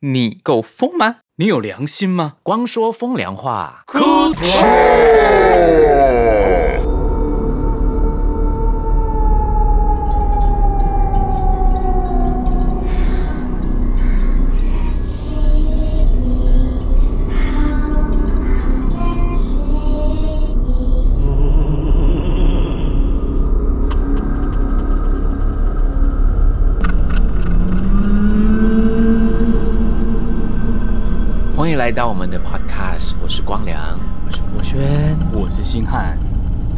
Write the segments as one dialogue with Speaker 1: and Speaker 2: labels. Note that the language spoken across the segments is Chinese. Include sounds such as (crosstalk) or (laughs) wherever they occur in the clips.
Speaker 1: 你够疯吗？你有良心吗？
Speaker 2: 光说风凉话，
Speaker 1: 哭！
Speaker 2: 欢迎来到我们的 Podcast，我是光良。
Speaker 3: 我是博轩，
Speaker 4: 我是星汉，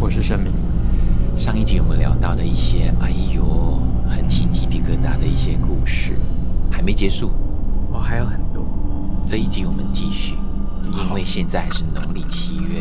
Speaker 4: 我是申明。
Speaker 2: 上一集我们聊到了一些，哎呦，很起鸡皮疙瘩的一些故事，还没结束。
Speaker 3: 我还有很多。
Speaker 2: 这一集我们继续，因为现在还是农历七月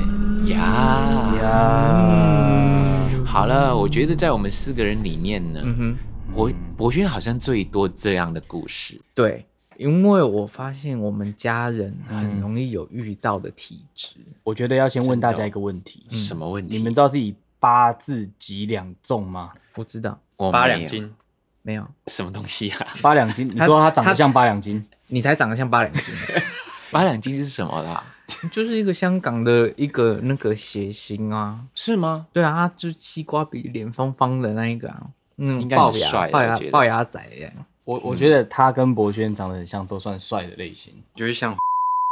Speaker 2: 呀。
Speaker 4: 呀，
Speaker 2: 好了，我觉得在我们四个人里面呢，
Speaker 3: 嗯哼，
Speaker 2: 博博轩好像最多这样的故事。
Speaker 3: 对，因为我发现我们家人很容易有遇到的体质。
Speaker 4: 我觉得要先问大家一个问题：
Speaker 2: 什么问
Speaker 4: 嗯
Speaker 2: 题？
Speaker 4: 你们知道自己八字几两重吗？
Speaker 3: 我知道，
Speaker 2: 我
Speaker 5: 八
Speaker 2: 没有
Speaker 5: 两斤，
Speaker 3: 没有，
Speaker 2: 什么东西啊？
Speaker 4: 八两金，你
Speaker 3: 他
Speaker 4: 说他长得像八两金，
Speaker 3: 你才长得像八两金，
Speaker 2: 八两斤是什么啦？
Speaker 3: (laughs) 就是一个香港的一个那个谐星啊。
Speaker 2: 是吗？
Speaker 3: 对啊，他就是西瓜鼻、脸方方的那一个啊，嗯，
Speaker 2: 应该
Speaker 3: 龅
Speaker 2: 很
Speaker 3: 牙、
Speaker 2: 帅
Speaker 3: 龅
Speaker 2: 我
Speaker 3: 牙
Speaker 2: 觉、得
Speaker 3: 龅牙仔耶。
Speaker 4: 我我觉得他跟博轩长得很像，都算帅的类型。
Speaker 5: 就是像
Speaker 4: (laughs)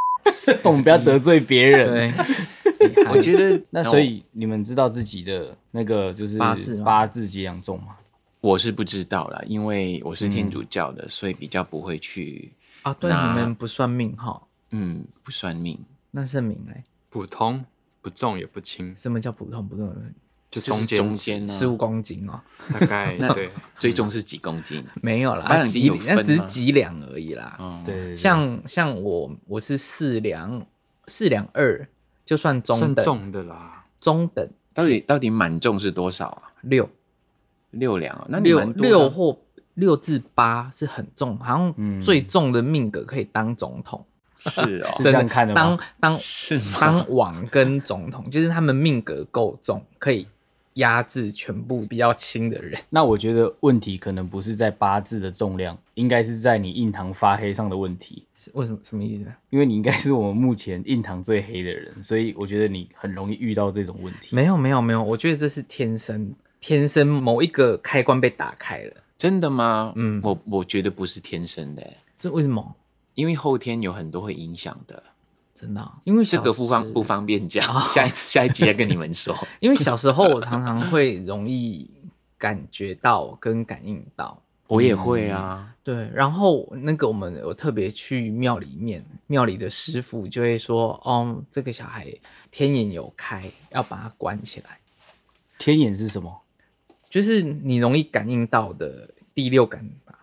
Speaker 4: 我们不要得罪别人。
Speaker 3: (laughs) 对，
Speaker 2: 我觉得
Speaker 4: 那所以你们知道自己的那个就是
Speaker 3: 八字吗
Speaker 4: 八字几两重吗？
Speaker 2: 我是不知道啦，因为我是天主教的，所以比较不会去，
Speaker 3: 啊，对，
Speaker 2: 那
Speaker 3: 你们不算命哈，
Speaker 2: 嗯，不算命。
Speaker 3: 那圣明嘞？
Speaker 5: 普通，不重也不轻，
Speaker 3: 什么叫普通不通的？
Speaker 2: 就
Speaker 5: 就
Speaker 2: 是
Speaker 5: 中间
Speaker 2: 中间呢、
Speaker 3: 十五公斤哦，
Speaker 5: 大
Speaker 4: (laughs)
Speaker 5: 概对，
Speaker 2: 最终是几公斤？
Speaker 3: 没有啦，哦
Speaker 2: 八两金
Speaker 3: 几
Speaker 2: 有
Speaker 3: 两，那
Speaker 2: 分
Speaker 3: 只是
Speaker 2: 吗
Speaker 3: 几两而已啦。
Speaker 2: 嗯，
Speaker 4: 对，对，对
Speaker 3: 像像我我是四两四两二，就算中
Speaker 5: 算
Speaker 3: 等
Speaker 5: 重的啦。
Speaker 3: 中等
Speaker 2: 到底到底满重是多少啊？
Speaker 3: 六
Speaker 2: 六两啊？那你
Speaker 3: 六
Speaker 2: 蛮多的
Speaker 3: 六或六至八是很重，好像最重的命格可以当总统，
Speaker 2: (laughs) 是哦，
Speaker 4: 是这样看的
Speaker 3: 当
Speaker 4: 吗？
Speaker 2: (laughs)
Speaker 3: 当
Speaker 2: 是吗
Speaker 3: 当王跟总统，就是他们命格够重，可以压制全部比较轻的人。
Speaker 4: 那我觉得问题可能不是在八字的重量，应该是在你印堂发黑上的问题。
Speaker 3: 是为什么什么意思？
Speaker 4: 因为你应该是我们目前印堂最黑的人，所以我觉得你很容易遇到这种问题。
Speaker 3: 没有没有没有，我觉得这是天生天生某一个开关被打开了，
Speaker 2: (laughs) 真的吗？嗯
Speaker 3: 嗯，
Speaker 2: 我我觉得不是天生的欸，
Speaker 3: 这为什么？
Speaker 2: 因为后天有很多会影响的。
Speaker 3: 真的啊、因为
Speaker 2: 这
Speaker 3: 小
Speaker 2: 个不方
Speaker 3: 时
Speaker 2: 不方便讲，下一次下一集再跟你们 (laughs) 说。
Speaker 3: 因为小时候我常常会容易感觉到跟感应到，
Speaker 2: 我也会啊，
Speaker 3: 对。然后那个我们有特别去庙里面，庙里的师傅就会说：“哦，这个小孩天眼有开，要把它关起来。
Speaker 4: 天眼是什么？”
Speaker 3: 就是你容易感应到的第六感吧，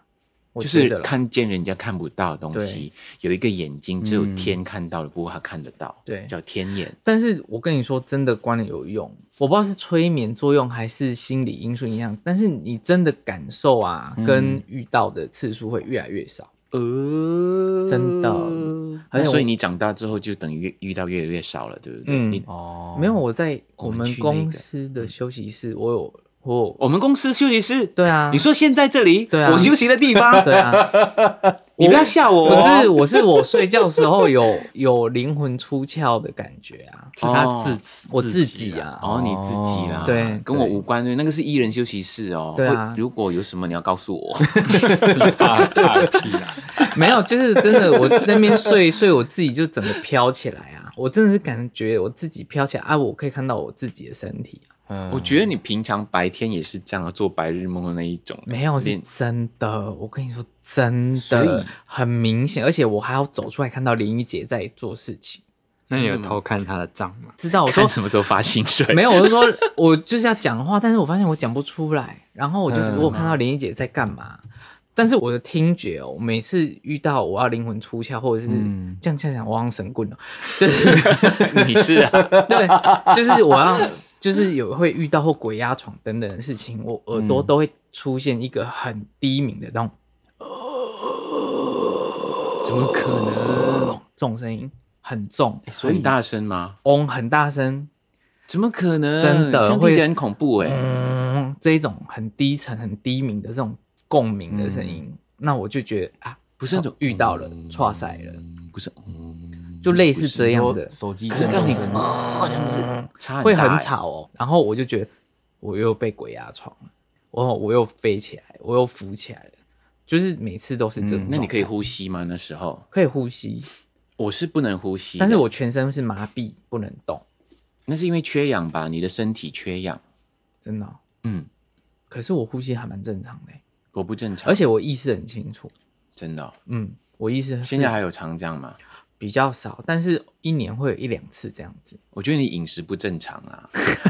Speaker 3: 我
Speaker 2: 就
Speaker 3: 觉
Speaker 2: 是
Speaker 3: 得啦
Speaker 2: 看见人家看不到的东西，有一个眼睛只有天看到的，不过他看得到，
Speaker 3: 对
Speaker 2: 叫天眼。
Speaker 3: 但是我跟你说，真的关了有用，我不知道是催眠作用还是心理因素一样，但是你真的感受啊，
Speaker 2: 嗯
Speaker 3: 跟遇到的次数会越来越少。
Speaker 2: 呃
Speaker 3: 哦真的而
Speaker 2: 那
Speaker 3: 且我
Speaker 2: 所以你长大之后就等于遇遇到越来越少了，对不对？
Speaker 3: 嗯
Speaker 2: 你
Speaker 4: 哦，
Speaker 3: 没有，我在
Speaker 2: 我
Speaker 3: 我
Speaker 2: 们
Speaker 3: 们
Speaker 2: 去那
Speaker 3: 公
Speaker 2: 个
Speaker 3: 司的休息室，我有我有
Speaker 2: 我们公司休息室，
Speaker 3: 对啊
Speaker 2: 你说现在这里，
Speaker 3: 对啊
Speaker 2: 我休息的地方，
Speaker 3: (laughs) 对啊，
Speaker 2: 你不要吓我
Speaker 3: 不
Speaker 2: 哦，
Speaker 3: 是我是我睡觉时候有有灵魂出窍的感觉啊，
Speaker 5: 是他
Speaker 2: 哦
Speaker 5: 自己
Speaker 3: 我自
Speaker 5: 己
Speaker 3: 己
Speaker 5: 啦，
Speaker 3: 啊，
Speaker 2: 哦，你自己啦，
Speaker 3: 对
Speaker 2: 跟我
Speaker 3: 对
Speaker 2: 无关，对，那个是艺人休息室哦。
Speaker 3: 对啊
Speaker 2: 会如果有什么你要告诉
Speaker 3: (laughs)
Speaker 2: 我，
Speaker 5: 大大屁啊啦，
Speaker 3: 没有，就是真的我那边睡一睡，我自己就整个飘起来啊，我真的是感觉我自己飘起来啊，我可以看到我自己的身体啊，
Speaker 4: 嗯
Speaker 2: 我觉得你平常白天也是这样做白日梦的那一种，
Speaker 3: 没有是
Speaker 2: 连
Speaker 3: 真的，我跟你说真
Speaker 4: 所以
Speaker 3: 的很明显，而且我还要走出来看到林一姐在做事情，
Speaker 5: 那你有偷看他的账吗？
Speaker 3: 知道我说
Speaker 2: 看什么时候发薪水。
Speaker 3: 没有，我是说，我就是要讲话，但是我发现我讲不出来。然后我就、
Speaker 4: 嗯
Speaker 3: 我有看到林一姐在干嘛，但是我的听觉哦，我每次遇到我要灵魂出窍，或者是、
Speaker 4: 嗯
Speaker 3: 这样这样讲，我好像神棍哦，就是 (laughs)
Speaker 2: (laughs) 你是啊，
Speaker 3: 对，就是我要就是有会遇到或鬼压床等等的事情，我耳朵都会出现一个很低鸣的那种
Speaker 2: 怎么可能？
Speaker 3: 这种声音，很重，
Speaker 2: 哦所以大声吗？
Speaker 3: 嗡很大声，
Speaker 2: 怎么可能？
Speaker 3: 真的
Speaker 2: 这样听起来很恐怖哎、
Speaker 3: 嗯
Speaker 2: 嗯
Speaker 3: 嗯，这一种很低沉、很低鸣的这种共鸣的声音，那我就觉得啊，
Speaker 2: 不
Speaker 3: 不是那种遇到了挫赛了，
Speaker 2: 哦嗯不是，嗯
Speaker 3: 就类似这样
Speaker 4: 你说
Speaker 3: 的，
Speaker 4: 手机震动声，好像是差
Speaker 3: 会
Speaker 4: 大
Speaker 3: 很
Speaker 4: 欸。
Speaker 3: 吵哦。然后我就觉得我又被鬼压床了，我我又飞起来，我又浮起来了，就是每次都是这种、
Speaker 4: 嗯
Speaker 2: 那你可以呼吸吗？那时候
Speaker 3: 可以呼吸，
Speaker 2: 我是不能呼吸的，
Speaker 3: 但是我全身是麻痹，不能动，
Speaker 2: 那是因为缺氧吧？你的身体缺氧，
Speaker 3: 真的哦、
Speaker 2: 嗯，
Speaker 3: 可是我呼吸还蛮正常的欸，
Speaker 2: 我不正常，
Speaker 3: 而且我意识很清楚。
Speaker 2: 真的哦、
Speaker 3: 嗯，我意识
Speaker 2: 现在还有常这样吗？
Speaker 3: 比较少，但是一年会有一两次这样子。
Speaker 2: 我觉得你饮食不正常啊，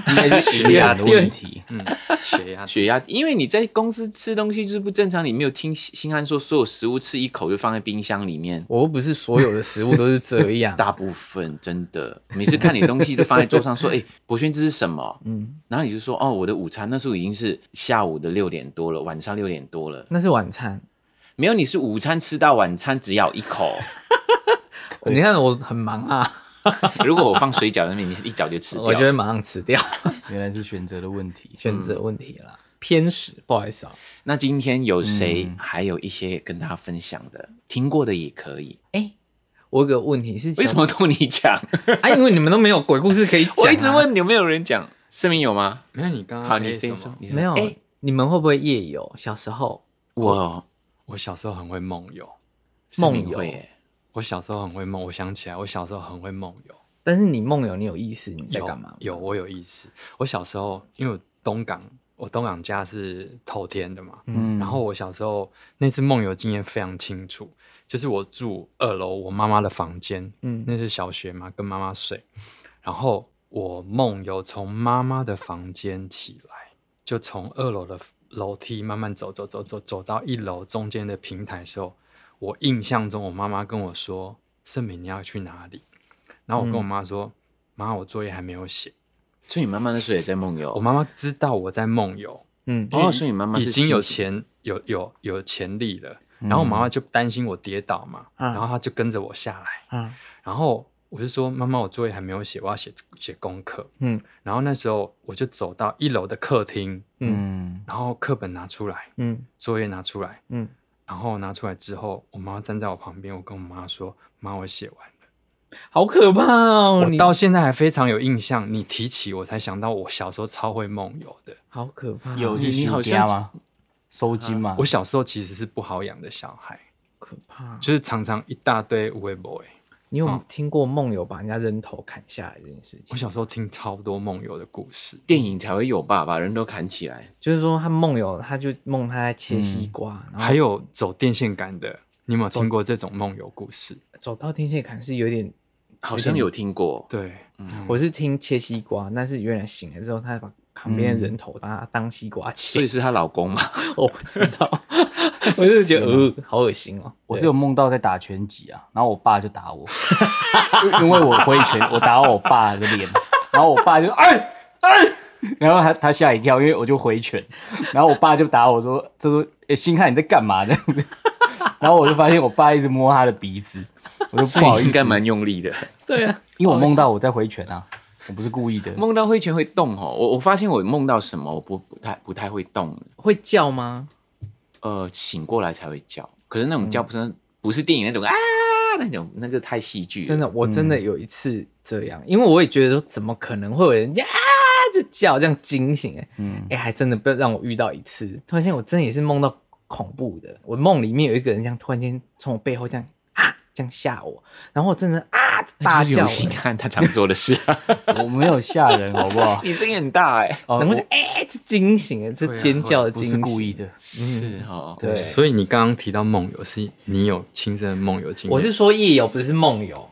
Speaker 4: 应该是血压的问题。
Speaker 5: 嗯，血压
Speaker 2: 血压，因为你在公司吃东西就是不正常，你没有听新新汉说所有食物吃一口就放在冰箱里面，
Speaker 3: 我又不是所有的食物都是这
Speaker 2: (laughs)
Speaker 3: 样，
Speaker 2: 大部分真的每次看你东西都放在桌上，说：“ (laughs) 哎、博轩这是什么？”
Speaker 3: 嗯，
Speaker 2: 然后你就说：“哦，我的午餐那时候已经是下午的六点多了，晚上六点多了。
Speaker 3: 那是晚餐。”
Speaker 2: 没有，你是午餐吃到晚餐只咬一口。 (laughs)
Speaker 3: 你看我很忙啊，
Speaker 2: 如果我放水饺在那边，你一早就吃掉。
Speaker 3: 我就会马上吃掉，
Speaker 4: 原来是选择的问题。
Speaker 3: 选择问题啦，
Speaker 2: 嗯
Speaker 3: 偏食，不好意思啊。
Speaker 2: 那今天有谁还有一些跟大家分享的，听过的也可以。
Speaker 3: 我有个问题是，
Speaker 2: 为什么都你讲？
Speaker 3: 啊？因为你们都没有鬼故事可以讲、啊，
Speaker 2: 我一直问有没有人讲，声明有吗？
Speaker 5: 没有你刚刚
Speaker 2: 好，你
Speaker 5: 哎什
Speaker 2: 先
Speaker 5: 么
Speaker 2: 说。你先
Speaker 3: 没有？
Speaker 2: 哎、
Speaker 3: 你们会不会夜游？小时候
Speaker 2: 我
Speaker 5: 我小时候很会梦游，
Speaker 2: 梦
Speaker 3: 梦游
Speaker 2: 会、耶
Speaker 5: 我小时候很会梦，我想起来，我小时候很会梦游。
Speaker 3: 但是你梦游，你有意识，你在
Speaker 5: 有
Speaker 3: 干嘛？
Speaker 5: 有，我有意识。我小时候因为我东港，我东港家是透天的嘛，
Speaker 4: 嗯
Speaker 5: 然后我小时候那次梦游经验非常清楚，就是我住二楼我妈妈的房间，
Speaker 3: 嗯
Speaker 5: 那是小学嘛，跟妈妈睡，然后我梦游从妈妈的房间起来，就从二楼的楼梯慢慢走走走走走到一楼中间的平台的时候，我印象中我妈妈跟我说：“盛敏你要去哪里？”然后我跟我妈说：“妈、我作业还没有写。”
Speaker 2: 所以你妈妈那时候也在梦游。
Speaker 5: 我妈妈知道我在梦游，
Speaker 3: 嗯，
Speaker 2: 哦，所以你妈妈
Speaker 5: 已
Speaker 2: 是
Speaker 5: 经有
Speaker 2: 清醒嗯
Speaker 5: 潜有有有潜力了。然后我妈妈就担心我跌倒嘛，
Speaker 3: 啊
Speaker 5: 然后她就跟着我下来，
Speaker 3: 啊，
Speaker 5: 然后我就说：“妈妈，我作业还没有写，我要写写功课。”
Speaker 3: 嗯
Speaker 5: 然后那时候我就走到一楼的客厅，
Speaker 4: 嗯，
Speaker 5: 然后课本拿出来，
Speaker 3: 嗯
Speaker 5: 作业拿出来，
Speaker 3: 嗯，
Speaker 5: 然后拿出来之后，我妈站在我旁边，我跟我妈说：“妈，我写完了。
Speaker 3: 好可怕哦！
Speaker 5: 我
Speaker 3: 你
Speaker 5: 到现在还非常有印象，你提起我才想到，我小时候超会梦游的。
Speaker 3: 好可怕，
Speaker 4: 有
Speaker 2: 你
Speaker 4: 去
Speaker 2: 你好
Speaker 4: 暑
Speaker 2: 像啊
Speaker 4: 假吗？收金吗？
Speaker 5: 我小时候其实是不好养的小孩，
Speaker 3: 可怕。
Speaker 5: 就是常常一大堆无为 boy。
Speaker 3: 你有
Speaker 2: 嗯
Speaker 3: 听过梦游把人家人头砍下来这件事
Speaker 5: 我
Speaker 3: 情？
Speaker 5: 小时候听超多梦游的故事，
Speaker 2: 电影才会有吧，把人都砍起来。
Speaker 3: 就是说他梦游，他就梦他在切西瓜，然后
Speaker 5: 嗯还有走电线杆的，你有没有听过这种梦游故事？
Speaker 3: 走到天线砍是有点，
Speaker 2: 好像有听过，
Speaker 5: 对，嗯
Speaker 3: 我是听切西瓜，但是原来醒了之后，他把旁边的人头把它当西瓜
Speaker 2: 所
Speaker 3: 切，
Speaker 2: 以是她老公嘛？
Speaker 3: (laughs) 我不知道， (laughs) 我就觉得呃，好恶心哦。
Speaker 4: 我是有梦到在打拳击啊，然后我爸就打我， (laughs) 因因为我挥拳，我打到我爸的脸，然后我爸就哎哎，然后他他吓一跳，因为我就挥拳，然后我爸就打我说，他说哎，星汉你在干嘛呢？ (laughs) 然后我就发现我爸一直摸他的鼻子，我就不好意
Speaker 2: 应
Speaker 4: 思，
Speaker 2: 该蛮用力 (laughs) 的。
Speaker 3: 对啊，
Speaker 4: 因为我梦到我在挥拳啊，我不是故意的，
Speaker 2: 梦到挥拳会动哦，我我发现我梦到什么，我不不太不太会动，
Speaker 3: 会叫吗？
Speaker 2: 呃，醒过来才会叫。可是那种叫不是、不是电影那种啊那种，那个太戏剧了。
Speaker 3: 真的，我真
Speaker 2: 嗯
Speaker 3: 的有一次这样，因为我也觉得说，怎么可能会有人呀就叫这样惊醒、欸？哎、
Speaker 4: 嗯
Speaker 3: 还真的不要让我遇到一次。突然间，我真的也是梦到恐怖的，我梦里面有一个人这样突然间从我背后这样啊这样吓我，然后我真的啊大
Speaker 2: 那就是
Speaker 3: 叫
Speaker 2: 有，心汉他常做的事、啊。
Speaker 4: 我没有吓人好不好？
Speaker 2: (laughs) 你声音很大哎、
Speaker 4: 哦
Speaker 3: 然
Speaker 4: 我
Speaker 3: 后就哎、这惊醒了，这
Speaker 5: 会啊
Speaker 3: 尖叫的
Speaker 5: 会
Speaker 4: 不
Speaker 3: 惊
Speaker 4: 是
Speaker 3: 醒，
Speaker 4: 故意的，
Speaker 2: 是哦，
Speaker 3: 嗯对。
Speaker 5: 所以你刚刚提到梦游，是你有亲身的梦游经验？
Speaker 3: 我是说夜游，不是梦游。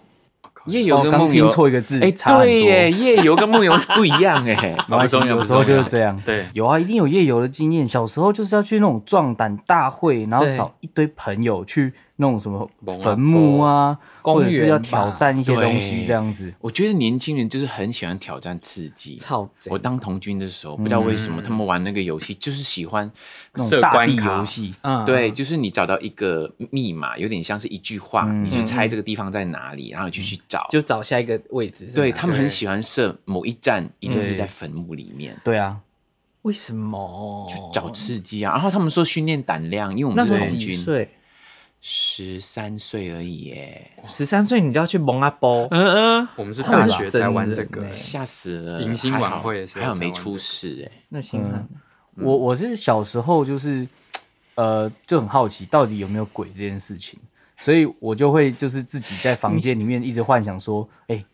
Speaker 2: 夜游
Speaker 4: 哦
Speaker 2: 跟
Speaker 4: 刚
Speaker 2: 梦游
Speaker 4: 听错一个字
Speaker 2: 哎、
Speaker 4: 差很多
Speaker 2: 对耶，夜游跟梦游不一样 (laughs) 哎。
Speaker 4: 没关系
Speaker 5: 不重要
Speaker 4: 有
Speaker 5: 不
Speaker 4: 时
Speaker 5: 重要
Speaker 4: 候就是这样。
Speaker 5: 对
Speaker 4: (laughs) 有啊，一定有夜游的经验。小时候就是要去那种壮胆大会，然后
Speaker 3: 对
Speaker 4: 找一堆朋友去那种什么
Speaker 2: 蒙啊
Speaker 4: 坟墓啊，
Speaker 3: 公
Speaker 4: 或者是
Speaker 3: 园
Speaker 4: 要
Speaker 3: 吧
Speaker 4: 挑战一些东西
Speaker 2: 对
Speaker 4: 这样子。
Speaker 2: 我觉得年轻人就是很喜欢挑战刺激。
Speaker 3: 操贼！
Speaker 2: 我当童军的时候，不知道为什么他们玩那个游戏就是喜欢
Speaker 4: 那
Speaker 5: 设
Speaker 4: 种大
Speaker 5: 关
Speaker 4: 地
Speaker 5: 卡
Speaker 4: 游戏，
Speaker 3: 嗯
Speaker 2: 对，，就是你找到一个密码，有点像是一句话，
Speaker 4: 嗯
Speaker 2: 你去猜这个地方在哪里，然后你就去找。
Speaker 3: 就啊找下一个位置是哪里。
Speaker 2: 对他们很喜欢设某一站，一定是在坟墓里面。
Speaker 4: 对啊，
Speaker 3: 为什么
Speaker 2: 去找刺激啊！然后他们说训练胆量，因为我
Speaker 3: 哦那
Speaker 2: 们
Speaker 3: 时
Speaker 2: 是
Speaker 3: 候
Speaker 2: 童
Speaker 3: 几
Speaker 2: 军，
Speaker 3: 岁？
Speaker 2: 十三岁而已耶，
Speaker 3: 十三岁你就要去蒙阿 (laughs) 波，
Speaker 1: 嗯、
Speaker 5: 我们是大
Speaker 3: 会
Speaker 5: 学
Speaker 3: 吧
Speaker 5: 才玩这个
Speaker 3: 真的，
Speaker 5: 欸
Speaker 2: 吓死了！
Speaker 5: 迎新晚会的时候
Speaker 2: 还好还好
Speaker 5: 才玩
Speaker 2: 没
Speaker 5: 这
Speaker 2: 出
Speaker 5: 个
Speaker 2: 事哎，
Speaker 3: 那行啊，
Speaker 5: 嗯
Speaker 4: 我我是小时候就是，呃，就很好奇到底有没有鬼这件事情，所以我就会就是自己在房间里面一直幻想说，哎、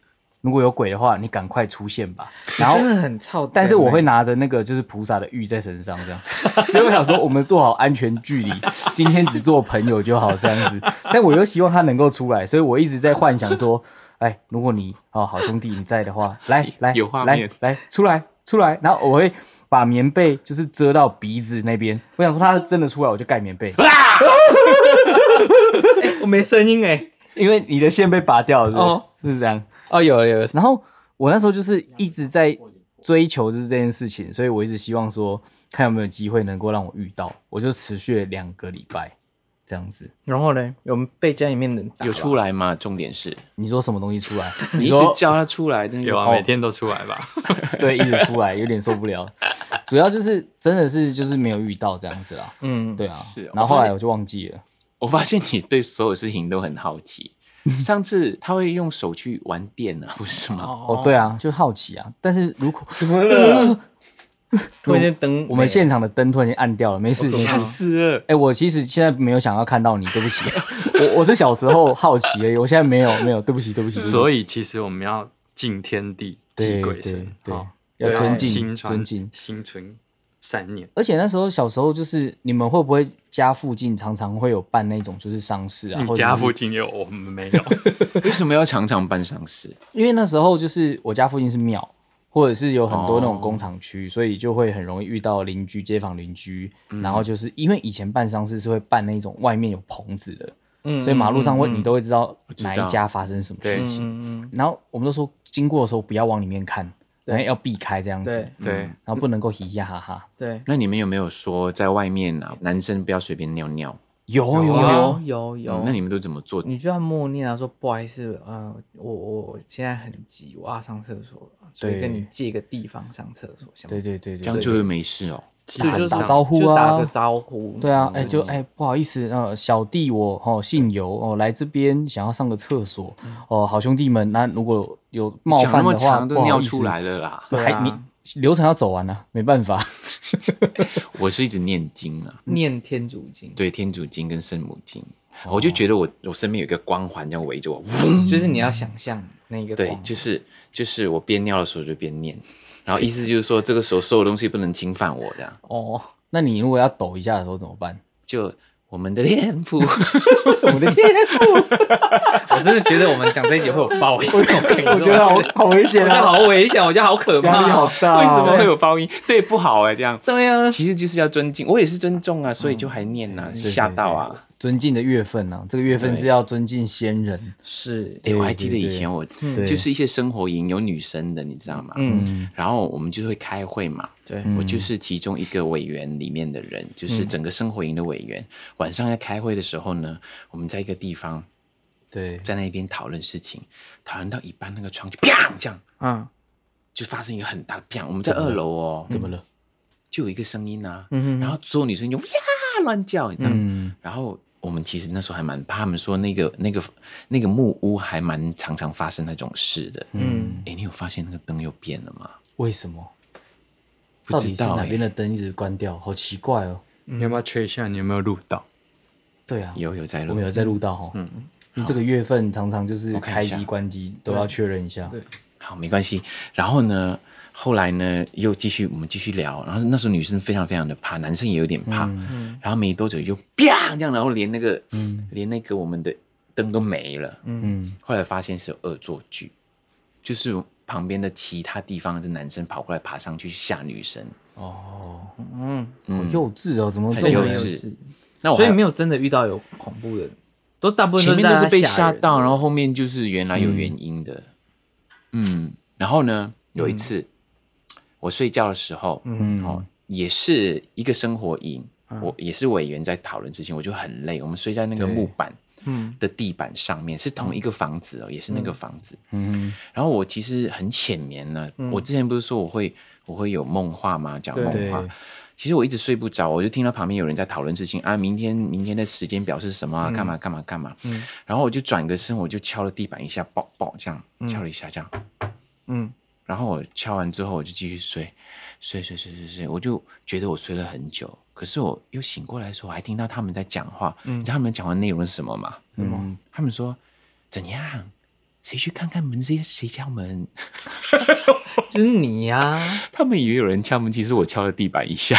Speaker 4: 如果有鬼的话，你赶快出现吧。然后
Speaker 3: 真，的很操蛋欸。
Speaker 4: 但是我会拿着那个就是菩萨的玉在身上这样子， (laughs) 所以我想说我们做好安全距离，今天只做朋友就好这样子。但我又希望他能够出来，所以我一直在幻想说，哎，如果你哦好兄弟你在的话，来来
Speaker 2: 有画
Speaker 4: 来
Speaker 2: 面
Speaker 4: 来出来出来，然后我会。把棉被就是遮到鼻子那边，我想说他真的出来，我就盖棉被，
Speaker 3: 我没声音哎。
Speaker 4: 因为你的线被拔掉了，是不是
Speaker 3: 哦
Speaker 4: 是不是这样？
Speaker 3: 哦，有了有了，
Speaker 4: 然后我那时候就是一直在追求就是这件事情，所以我一直希望说，看有没有机会能够让我遇到。我就持续了两个礼拜这样子。
Speaker 3: 然后呢，我们被家里面人打吧
Speaker 2: 有
Speaker 5: 啊
Speaker 2: 出来吗？重点是
Speaker 4: 你说什么东西出来？ (laughs)
Speaker 2: 你一
Speaker 4: 说
Speaker 2: 直叫他出来，那个
Speaker 5: 有啊，
Speaker 4: 哦
Speaker 5: 每天都出来吧。
Speaker 4: 对，一直出来，有点受不了。主要就是真的是就是没有遇到这样子啦。
Speaker 3: 嗯，
Speaker 4: 对啊，
Speaker 2: 是我
Speaker 4: 然后后
Speaker 2: 发
Speaker 4: 来
Speaker 2: 现
Speaker 4: 我就忘记了。
Speaker 2: 我发现你对所有事情都很好奇。
Speaker 4: (laughs)
Speaker 2: 上次他会用手去玩电 (laughs) 啊，不是吗？
Speaker 4: 哦，对啊，就好奇啊。但是如果
Speaker 3: 突然间灯，
Speaker 4: 我们现场的灯突然间暗掉了，没事，
Speaker 3: 哦
Speaker 4: 吓
Speaker 2: 死了！
Speaker 4: 哎、我其实现在没有想要看到你，对不起，我我是小时候好奇而已，我现在没有没有，对不起，对不起。对不起
Speaker 5: 所以其实我们要敬天地，祭
Speaker 4: 嗯对
Speaker 5: 鬼
Speaker 4: 对
Speaker 5: 神，
Speaker 4: 对
Speaker 5: 好，
Speaker 4: 要
Speaker 5: 对啊
Speaker 4: 尊敬
Speaker 5: 心存
Speaker 4: 尊敬。
Speaker 5: 心存善念。
Speaker 4: 而且那时候小时候就是你们会不会家附近常常会有办那种就是丧事啊？
Speaker 5: 你
Speaker 4: 或者
Speaker 5: 嗯家
Speaker 4: 是
Speaker 5: 附近有，我们
Speaker 4: (laughs)
Speaker 5: 没有。
Speaker 2: 为什么要常常办丧事？
Speaker 4: 因为那时候就是我家附近是庙，或者是有很多那种
Speaker 2: 哦
Speaker 4: 工厂区，所以就会很容易遇到邻居、街坊邻居。
Speaker 5: 嗯
Speaker 4: 然后就是因为以前办丧事是会办那种外面有棚子的，
Speaker 3: 嗯
Speaker 4: 所以马路上会
Speaker 3: 嗯嗯
Speaker 4: 你都会知道
Speaker 2: 知
Speaker 4: 哪
Speaker 2: 道
Speaker 4: 一家发生什么事
Speaker 5: 对
Speaker 4: 情。
Speaker 3: 嗯嗯
Speaker 4: 然后我们都说经过的时候不要往里面看，然后要避开这样子，
Speaker 3: 对
Speaker 5: 对，
Speaker 4: 然后不能够嘻嘻哈哈。
Speaker 3: 对，
Speaker 2: 那你们有没有说在外面啊，男生不要随便尿尿？
Speaker 4: 有
Speaker 3: 嗯
Speaker 4: 有啊
Speaker 3: 有啊有
Speaker 2: 嗯
Speaker 3: 有，
Speaker 2: 那你们都怎么做？
Speaker 3: 你就要默念啊，说不好意思，呃，我我我现在很急，我要上厕所，所以
Speaker 4: 对
Speaker 3: 跟你借个地方上厕所，想
Speaker 4: 对对对对，
Speaker 2: 这样就会没事哦。
Speaker 5: 基
Speaker 3: 对，
Speaker 5: 本
Speaker 3: 就
Speaker 5: 上
Speaker 3: 是
Speaker 4: 打招呼啊
Speaker 3: 就打个招呼，
Speaker 4: 对啊，哎、就哎、不好意思，呃，小弟我哦姓尤哦，来这边想要上个厕所哦，好兄弟们，那如果有冒
Speaker 2: 讲那
Speaker 4: 犯
Speaker 2: 么
Speaker 4: 的话，
Speaker 2: 长
Speaker 4: 不
Speaker 2: 都
Speaker 4: 好
Speaker 2: 尿
Speaker 4: 意思
Speaker 2: 出来，了啦！
Speaker 4: 对还、
Speaker 3: 对啊
Speaker 4: 你流程要走完了、没办法，
Speaker 2: 我是一直念经啊，
Speaker 3: 念天主 (clears throat) 经，
Speaker 2: 对天主经跟圣母经，我就觉得我我身边有一个光环这样围着我，嗡
Speaker 3: 就是你要想象那个
Speaker 2: 对
Speaker 3: 光， (laughs)
Speaker 2: 就是就是我边尿的时候就边念，然后意思就是说这个时候所有东西不能侵犯我这样。
Speaker 3: 哦，
Speaker 4: 那你如果要抖一下的时候怎么办？
Speaker 2: 就我们的脸 (laughs) 谱，
Speaker 4: 我的天，
Speaker 3: 我真的觉得我们讲这一集会有报应，我跟你说
Speaker 4: 我觉得好好危
Speaker 3: 我
Speaker 4: 险
Speaker 3: 觉得
Speaker 4: 啊，
Speaker 3: 好危险，我觉得好可怕，
Speaker 4: 压力好大，啊
Speaker 2: 为什么会？有发音？对，不好哎、这样。
Speaker 3: 对啊，
Speaker 2: 其实就是要尊敬，我也是尊重啊，所以就还念呐、
Speaker 4: 对
Speaker 2: 吓到啊！
Speaker 4: 尊敬的月份啊，这个月份是要尊敬先人，
Speaker 3: 是，
Speaker 2: 对，
Speaker 4: 对
Speaker 2: 我还记得
Speaker 4: 对
Speaker 2: 以
Speaker 4: 对
Speaker 2: 前我
Speaker 4: 对
Speaker 2: 嗯就是一些生活营有女生的，你知道吗？
Speaker 3: 嗯，
Speaker 2: 然后我们就会开会嘛，
Speaker 3: 对，
Speaker 2: 我
Speaker 4: 嗯
Speaker 2: 就是其中一个委员里面的人，就是整个生活营的委员。晚上要开会的时候呢，我们在一个地方
Speaker 4: 对，
Speaker 2: 在那边讨论事情，讨论到一半，那个窗就啪这样
Speaker 3: 嗯
Speaker 2: 就发生一个很大的啪，我们在二楼哦，
Speaker 4: 嗯
Speaker 2: 怎么了？就有一个声音啊，
Speaker 3: 嗯
Speaker 2: 然后所有女生就呀乱叫，你知道吗？
Speaker 4: 嗯，
Speaker 2: 然后我们其实那时候还蛮怕，他们说那个那个那个木屋还蛮常常发生那种事的。
Speaker 3: 嗯。
Speaker 2: 哎，你有发现那个灯又变了吗？
Speaker 4: 为什么？
Speaker 2: 不
Speaker 4: 到
Speaker 2: 知
Speaker 4: 底是
Speaker 2: 道
Speaker 4: 哪
Speaker 2: 哎、
Speaker 4: 边的灯一直关掉？好奇怪哦。
Speaker 5: 你要不要 check 一下你有没有录到？
Speaker 4: 对啊，
Speaker 2: 有有在
Speaker 4: 我
Speaker 2: 录
Speaker 4: 们，有在录到哈，嗯，这个月份常常就是
Speaker 2: 我看
Speaker 4: 开
Speaker 2: 一下
Speaker 4: 机关机都要确认一下，
Speaker 3: 对
Speaker 2: 好没关系。然后呢，后来呢又继续我们继续聊，然后那时候女生非常非常的怕，男生也有点怕。
Speaker 3: 嗯
Speaker 2: 然后没多久又啪这样，然后连那个、连那个我们的灯都没了。
Speaker 4: 嗯，
Speaker 2: 后来发现是有恶作剧，就是旁边的其他地方的男生跑过来爬上去吓女生。
Speaker 4: 哦，好
Speaker 3: 嗯，
Speaker 2: 嗯，
Speaker 4: 幼稚哦，怎么这
Speaker 2: 很
Speaker 4: 么
Speaker 2: 幼
Speaker 3: 很幼
Speaker 2: 稚
Speaker 3: 稚
Speaker 2: 那我
Speaker 3: 所以
Speaker 2: 还
Speaker 3: 没有真的遇到有恐怖的，都大部分
Speaker 2: 前面都是被
Speaker 3: 吓
Speaker 2: 吓
Speaker 3: 人
Speaker 2: 到，然后后面就是原来有原因的。嗯然后呢，有一次、
Speaker 3: 嗯
Speaker 2: 我睡觉的时候，嗯，哦，也是一个生活营，
Speaker 3: 嗯
Speaker 2: 我也是委员在讨论事情，我就很累。我们睡在那个
Speaker 4: 对
Speaker 2: 木板
Speaker 3: 嗯
Speaker 2: 的地板上面，是同一个房子哦，也是那个房子。
Speaker 4: 嗯，
Speaker 2: 然后我其
Speaker 3: 嗯
Speaker 2: 实很浅眠呢，我之前不是说我会我会有梦话吗？讲
Speaker 3: 对
Speaker 2: 梦话
Speaker 4: 对，
Speaker 2: 其实我一直睡不着，我就听到旁边有人在讨论事情啊，明天明天的时间表是什么
Speaker 3: 嗯
Speaker 2: 啊？干嘛干嘛干嘛？然后我就转个身，我就敲了地板一下，爆爆这样敲了一下，这样，
Speaker 3: 嗯，
Speaker 2: 然后我敲完之后，我就继续睡，睡睡睡睡睡，我就觉得我睡了很久，可是我又醒过来的时候，我还听到他们在讲话，你知道他们讲话内容是什么吗？嗯，他们说怎样？谁去看看门？谁谁敲门？ (laughs)
Speaker 3: 就是你呀、
Speaker 2: 他们以为有人敲门，其实我敲了地板一下。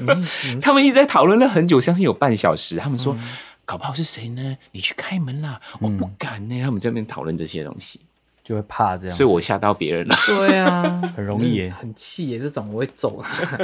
Speaker 3: 你
Speaker 2: (laughs)
Speaker 3: 你
Speaker 2: 他们一直在讨论了很久，相信有半小时。他们说，搞不好是谁呢？你去开门啦！我不敢呢、他们在那边讨论这些东西，
Speaker 4: 就会怕这样子，
Speaker 2: 所以我吓到别人了。
Speaker 3: (laughs) 对啊，
Speaker 4: 很容易耶
Speaker 3: 很气耶，这种我会揍 (laughs) 他，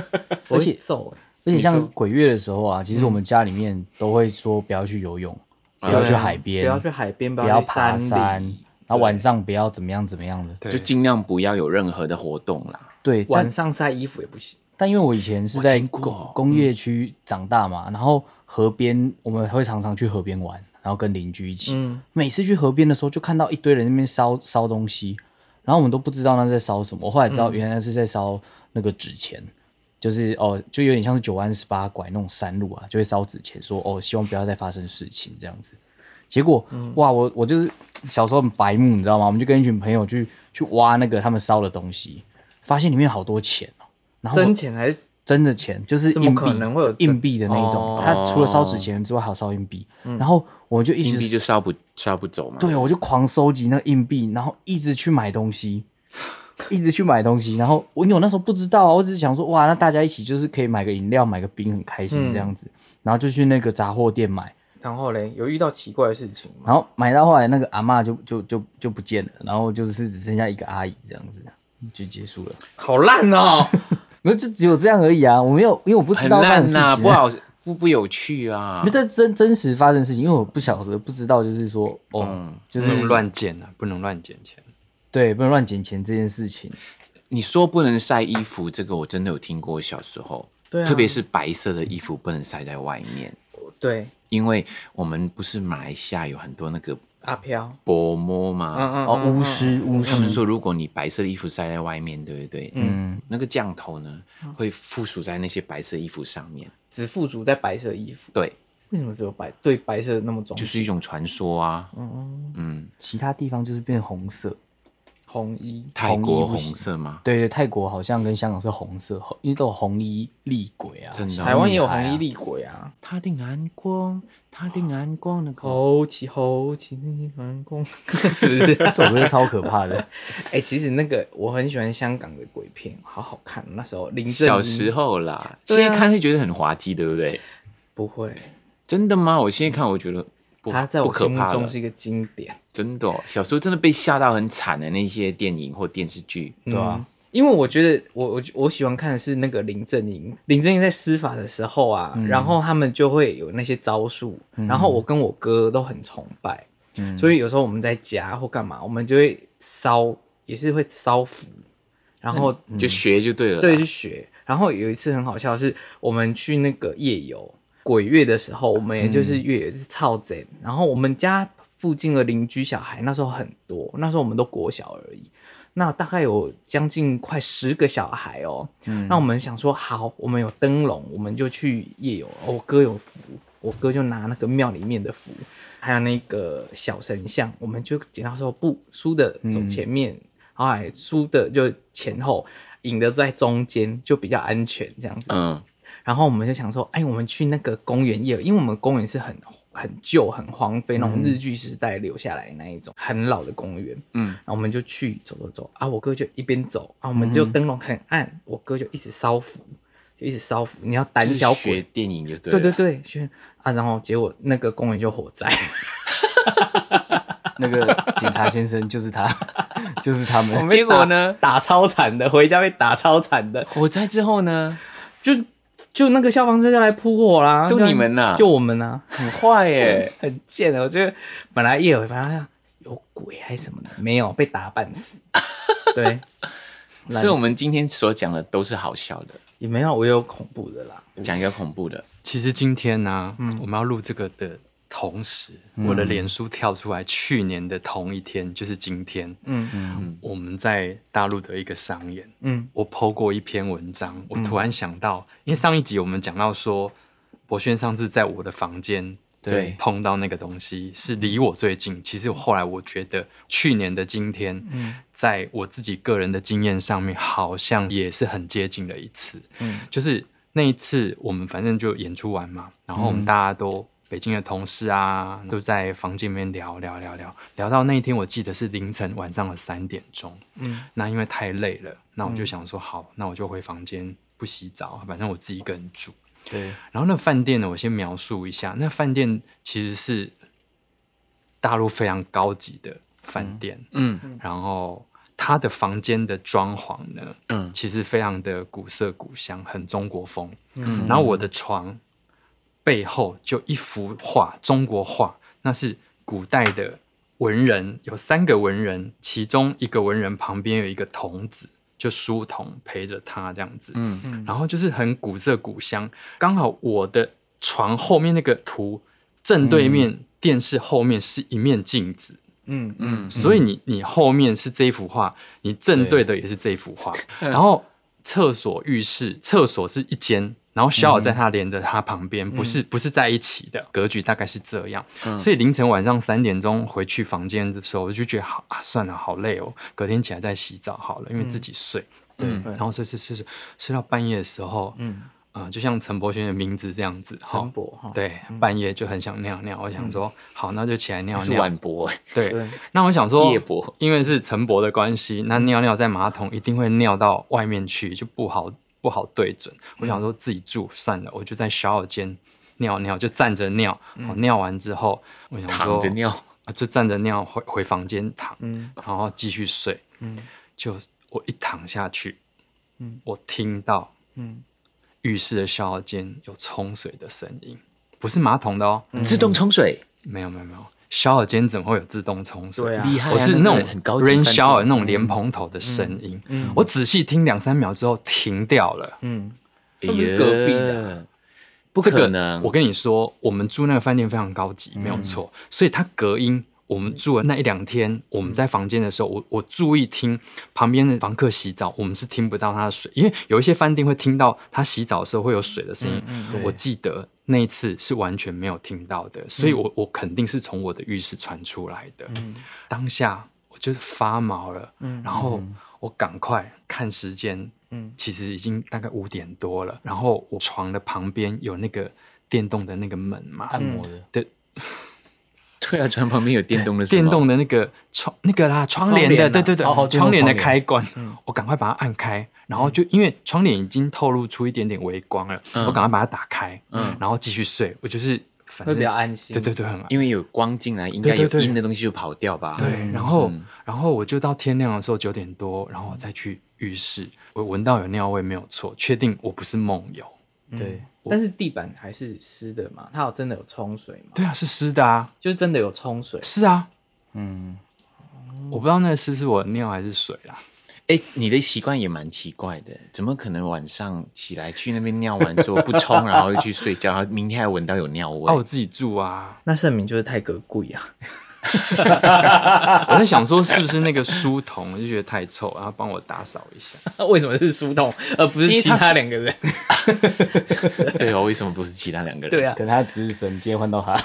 Speaker 3: 我会揍欸耶。
Speaker 4: 而且像鬼月的时候啊，其实我们家里面都会说不要去游泳，不要去海边，
Speaker 3: 不要去海边，
Speaker 4: 不要
Speaker 3: 去
Speaker 4: 爬山
Speaker 3: 里，
Speaker 4: 然后晚上不要怎么样怎么样的。
Speaker 5: 对
Speaker 2: 就尽量不要有任何的活动啦。
Speaker 4: 对，但
Speaker 3: 晚上晒衣服也不行。
Speaker 4: 但因为我以前是在
Speaker 2: 我听过嗯
Speaker 4: 工工业区长大嘛，然后河边我们会常常去河边玩，然后跟邻居一起。
Speaker 3: 嗯
Speaker 4: 每次去河边的时候，就看到一堆人在那边烧烧东西，然后我们都不知道那是在烧什么。我后来知道，
Speaker 2: 嗯
Speaker 4: 原来是在烧那个纸钱，就是哦，就有点像是九弯十八拐那种山路啊，就会烧纸钱，说哦，希望不要再发生事情这样子。结果、
Speaker 2: 嗯
Speaker 4: 哇，我我就是小时候很白目，你知道吗？我们就跟一群朋友去去挖那个他们烧的东西，发现里面好多钱哦，然后我
Speaker 3: 真钱还是
Speaker 4: 真的钱，就是
Speaker 3: 怎么
Speaker 4: 硬币
Speaker 3: 可能会有真
Speaker 4: 硬币的那一种
Speaker 3: 哦。
Speaker 4: 他除了烧纸钱之外，还有烧硬币。然后我就一
Speaker 2: 嗯硬币就
Speaker 4: 直
Speaker 2: 烧不烧不走嘛。
Speaker 4: 对，我就狂收集那硬币，然后一直去买东西，一直去买东西。然后我因为我那时候不知道啊，我只是想说哇，那大家一起就是可以买个饮料，买个冰，很开
Speaker 2: 嗯
Speaker 4: 心这样子。然后就去那个杂货店买，
Speaker 3: 然后嘞，有遇到奇怪的事情吗？
Speaker 4: 然后买到后来那个阿嬷就就就就不见了，然后就是只剩下一个阿姨这样子。就结束了，
Speaker 3: 好烂哦！
Speaker 4: 那就只有这样而已啊！我没有，因为我不知
Speaker 2: 很
Speaker 4: 道那种
Speaker 2: 烂
Speaker 4: 事
Speaker 2: 呐、
Speaker 4: 情
Speaker 2: 不
Speaker 4: 啊
Speaker 2: 好，不不有趣
Speaker 4: 因
Speaker 2: 啊
Speaker 4: 为。这真真实发生的事情，因为我不晓得不知道，就是说，哦，
Speaker 3: 嗯
Speaker 4: 就
Speaker 5: 不
Speaker 4: 是
Speaker 5: 能乱捡啊，不能乱捡钱。
Speaker 4: 对，不能乱捡钱这件事情。
Speaker 2: 你说不能晒衣服，这个我真的有听过，小
Speaker 4: (laughs)
Speaker 2: 时候，
Speaker 3: 对啊
Speaker 2: 特别是白色的衣服不能晒在外面，
Speaker 3: 对，
Speaker 2: 因为我们不是马来西亚有很多那个
Speaker 3: 阿飘，
Speaker 2: 薄膜嘛，
Speaker 3: 嗯嗯，
Speaker 4: 哦，
Speaker 3: 嗯
Speaker 4: 巫师，巫
Speaker 2: 他们
Speaker 4: 师，
Speaker 2: 说，如果你白色的衣服晒在外面，对不对？嗯，那个降头呢，
Speaker 4: 嗯
Speaker 2: 会附属在那些白色衣服上面。
Speaker 3: 只附着在白色衣服，
Speaker 2: 对，
Speaker 3: 为什么只有白对白色那么重？
Speaker 2: 就是一种传说啊。嗯，
Speaker 4: 其他地方就是变红色。
Speaker 3: 红衣，
Speaker 2: 泰国
Speaker 4: 红衣不
Speaker 2: 红
Speaker 4: 行
Speaker 2: 色吗？
Speaker 4: 对对，泰国好像跟香港是红色，红因为都有红衣厉鬼啊。
Speaker 2: 真的哦，
Speaker 3: 台湾也有
Speaker 4: 女孩啊
Speaker 3: 红衣厉鬼啊。
Speaker 2: 他的眼光，他的眼光那个。
Speaker 3: 吼起吼起，那些反攻， (laughs) 是不是？
Speaker 4: 这首歌超可怕的，
Speaker 3: 哎、其实那个我很喜欢香港的鬼片，好好看。那时候林正英
Speaker 2: 小时候啦，现
Speaker 3: 对啊
Speaker 2: 在看会觉得很滑稽，对不对？
Speaker 3: 不会，
Speaker 2: 真的吗？我现在看，我觉得不
Speaker 3: 他在
Speaker 2: 不
Speaker 3: 我
Speaker 2: 可
Speaker 3: 心目
Speaker 2: 怕
Speaker 3: 中
Speaker 2: 了
Speaker 3: 是，一个经典。
Speaker 2: 真的哦。小时候真的被吓到很惨的那些电影或电视剧，
Speaker 3: 对啊，因为我觉得我我我喜欢看的是那个林正英，林正英在施法的时候啊，然后他们就会有那些招数，然后我跟我哥都很崇拜，所以有时候我们在家或干嘛，我们就会烧，也是会烧符，然后
Speaker 2: 嗯就学就对了啦。
Speaker 3: 嗯对，去学。然后有一次很好笑的是，我们去那个夜游鬼月的时候，我们也就是越野是超贼，然后我们家附近的邻居小孩那时候很多，那时候我们都国小而已。那大概有将近快十个小孩哦，那我们想说好，我们有灯笼，我们就去夜游。我哥有符，我哥就拿那个庙里面的符，还有那个小神像，我们就剪刀石头布，输的走前面，后来输的就前后，赢的在中间，就比较安全这样子。
Speaker 2: 嗯，
Speaker 3: 然后我们就想说，哎，我们去那个公园夜，因为我们公园是很很旧、很荒废那种日据时代留下来那一种很老的公园。
Speaker 2: 嗯
Speaker 3: 然后我们就去走走走啊，我哥就一边走啊，我们
Speaker 2: 嗯
Speaker 3: 就灯笼很暗，我哥就一直烧符，就一直烧符。你要胆
Speaker 2: 就是
Speaker 3: 小
Speaker 2: 学
Speaker 3: 鬼，
Speaker 2: 电影就对了。
Speaker 3: 对对对，就啊，然后结果那个公园就火灾，
Speaker 4: 那个警察先生就是他，就是他们。
Speaker 2: (laughs) (laughs) 结果呢？
Speaker 3: 打超惨的，回家被打超惨的，
Speaker 2: 火灾之后呢？
Speaker 3: 就就那个消防车就来扑火啦，
Speaker 2: 都你们呐
Speaker 3: 就我们呐、
Speaker 2: 很坏
Speaker 3: (laughs)
Speaker 2: 耶！
Speaker 3: 很贱的。我觉得本来夜尾反正有鬼还是什么的，没有被打半 (laughs) 死。对，
Speaker 2: 是我们今天 (laughs) 所讲的都是好笑的，
Speaker 3: 也没有，我也有恐怖的啦。
Speaker 2: 讲一个恐怖的。
Speaker 4: 嗯
Speaker 5: 其实今天呢、我们要录这个的同时，我的脸书跳出来，去年的同一天，就是今天，
Speaker 3: 嗯
Speaker 5: 我们在大陆的一个商演，
Speaker 3: 嗯
Speaker 5: 我 PO 过一篇文章，我突然想到，因为上一集我们讲到说，博轩上次在我的房间
Speaker 2: 对
Speaker 5: 碰到那个东西是离我最
Speaker 3: 嗯
Speaker 5: 近。其实我后来我觉得，去年的今天，在我自己个人的经验上面，好像也是很接近的一次。
Speaker 3: 嗯
Speaker 5: 就是那一次我们反正就演出完嘛，然后我们大家都、北京的同事啊，都在房间里面聊聊聊聊，聊到那一天我记得是凌晨晚上的三点钟。
Speaker 3: 嗯
Speaker 5: 那因为太累了，那
Speaker 2: 嗯
Speaker 5: 我就想说，好，那我就回房间不洗澡，反正我自己一个人住。
Speaker 4: 对，
Speaker 5: 然后那饭店呢，我先描述一下，那饭店其实是大陆非常高级的饭店，
Speaker 2: 嗯
Speaker 5: 然后它的房间的装潢呢，
Speaker 2: 嗯
Speaker 5: 其实非常的古色古香，很中国风。
Speaker 2: 嗯
Speaker 5: 然后我的床背后就一幅画，中国画，那是古代的文人，有三个文人，其中一个文人旁边有一个童子，就书童陪着他这样子。
Speaker 2: 嗯
Speaker 3: 嗯
Speaker 5: 然后就是很古色古香，刚好我的床后面那个图正对面、电视后面是一面镜子，
Speaker 3: 嗯嗯
Speaker 2: 嗯
Speaker 5: 所以你你后面是这一幅画，你正对的也是这一幅画。然后厕所、浴室，厕所是一间，然后小小
Speaker 2: 嗯
Speaker 5: 在它连着它旁边，不是不是在一起的格局，大概是这样。
Speaker 2: 嗯
Speaker 5: 所以凌晨晚上三点钟回去房间的时候，我就觉得好啊，算了，好累哦，隔天起来再洗澡好了，因为自己睡。
Speaker 2: 嗯
Speaker 5: 然后睡睡睡睡睡到半夜的时候，嗯
Speaker 3: 嗯，
Speaker 5: 呃，就像陈柏轩的名字这样子，哈
Speaker 3: 陈博哈，
Speaker 2: 哦
Speaker 5: 对，半夜就很想尿尿，我想说，好，那就起来
Speaker 3: 嗯
Speaker 5: 尿
Speaker 2: 嗯是
Speaker 5: 尿。
Speaker 2: 晚博欸
Speaker 5: 对，那我想说，
Speaker 2: 夜博
Speaker 5: 因为是陈博的关系，那尿尿在马桶一定会尿到外面去，就不好不好对准。我想说自己住算了，我就在小小间尿尿，就站着尿。我、尿完之后，我想
Speaker 2: 嗯
Speaker 5: 说
Speaker 2: 躺着尿，
Speaker 5: 啊就站着尿回回房间躺，
Speaker 3: 嗯
Speaker 5: 然后继续睡。
Speaker 3: 嗯
Speaker 5: 就我一躺下去，
Speaker 3: 嗯
Speaker 5: 我听到
Speaker 3: 嗯
Speaker 5: 浴室的小间有冲水的声音，不是马桶的哦，
Speaker 3: 嗯
Speaker 2: 自动冲水，
Speaker 5: 没有没有没有，小小间怎么会有自动冲水？
Speaker 3: 对啊
Speaker 2: 厉害啊！
Speaker 5: 我是那
Speaker 2: 个
Speaker 5: 种
Speaker 2: 很高级
Speaker 5: rain
Speaker 2: 饭店嗯
Speaker 5: shower 那种莲蓬头的声音，
Speaker 3: 嗯嗯
Speaker 5: 我仔细听两三秒之后停掉了。
Speaker 3: 嗯
Speaker 2: 哎
Speaker 3: 不是
Speaker 2: 呀
Speaker 3: 隔壁的
Speaker 2: 不
Speaker 5: 这
Speaker 2: 可
Speaker 5: 个
Speaker 2: 能，嗯
Speaker 5: 我跟你说，我们住那个饭店非常高级，没有错，所以它隔音。我们住的那一两天，我们在房间的时候，我我注意听旁边的房客洗澡，我们是听不到他的水，因为有一些饭店会听到他洗澡的时候会有水的声
Speaker 2: 嗯
Speaker 5: 音。我记得那一次是完全没有听到的，所以我我肯定是从我的浴室传出来的。
Speaker 2: 嗯
Speaker 5: 当下我就是发毛了，
Speaker 3: 嗯
Speaker 5: 然后我赶快看时间，
Speaker 3: 嗯
Speaker 5: 其实已经大概五点多了。然后我床的旁边有那个电动的那个门嘛，
Speaker 4: 按摩
Speaker 3: 嗯
Speaker 4: 的，
Speaker 5: 对，
Speaker 2: 对啊，船旁边有电动的是吗，
Speaker 5: 电动的那个窗那个啦，窗帘
Speaker 3: 窗
Speaker 5: 的，
Speaker 3: 帘啊
Speaker 5: 对对对，
Speaker 4: 哦哦电动
Speaker 5: 窗帘的
Speaker 4: 窗帘
Speaker 5: 开关，我赶快把它按开，然后就因为窗帘已经透露出一点点微光了，
Speaker 2: 嗯
Speaker 5: 我赶快把它打开，
Speaker 2: 嗯
Speaker 5: 然后继续睡。我就是反
Speaker 3: 会
Speaker 5: 正
Speaker 3: 比较安心
Speaker 5: 对对对，很安
Speaker 2: 因为有光进来，应该
Speaker 5: 对
Speaker 2: 有
Speaker 5: 对对
Speaker 2: 阴的东西就跑掉吧？
Speaker 5: 对，然后、然后我就到天亮的时候九点多，然后我再去浴室，我闻到有尿味没有错，确定我不是梦游。
Speaker 4: 对，
Speaker 3: 但是地板还是湿的嘛，它有真的有冲水吗？
Speaker 5: 对啊，是湿的啊，
Speaker 3: 就是真的有冲水，
Speaker 5: 是啊，
Speaker 4: 嗯，
Speaker 5: 我不知道那个湿是我的尿还是水啦。
Speaker 2: 哎，你的习惯也蛮奇怪的，怎么可能晚上起来去那边尿完之后不冲，然后又去睡觉，然后明天还闻到有尿味？
Speaker 5: 啊，我自己住啊，
Speaker 3: 那证明就是太隔贵啊。 (laughs)
Speaker 5: 我在想说是不是那个书童，我就觉得太臭，然后帮我打扫一下。 (laughs)
Speaker 3: 为什么是书童而不是其他两个人？
Speaker 2: 对哦，为什么不是其他两个人？
Speaker 3: (laughs) 对啊，
Speaker 4: 可能他只是神，今天换到他，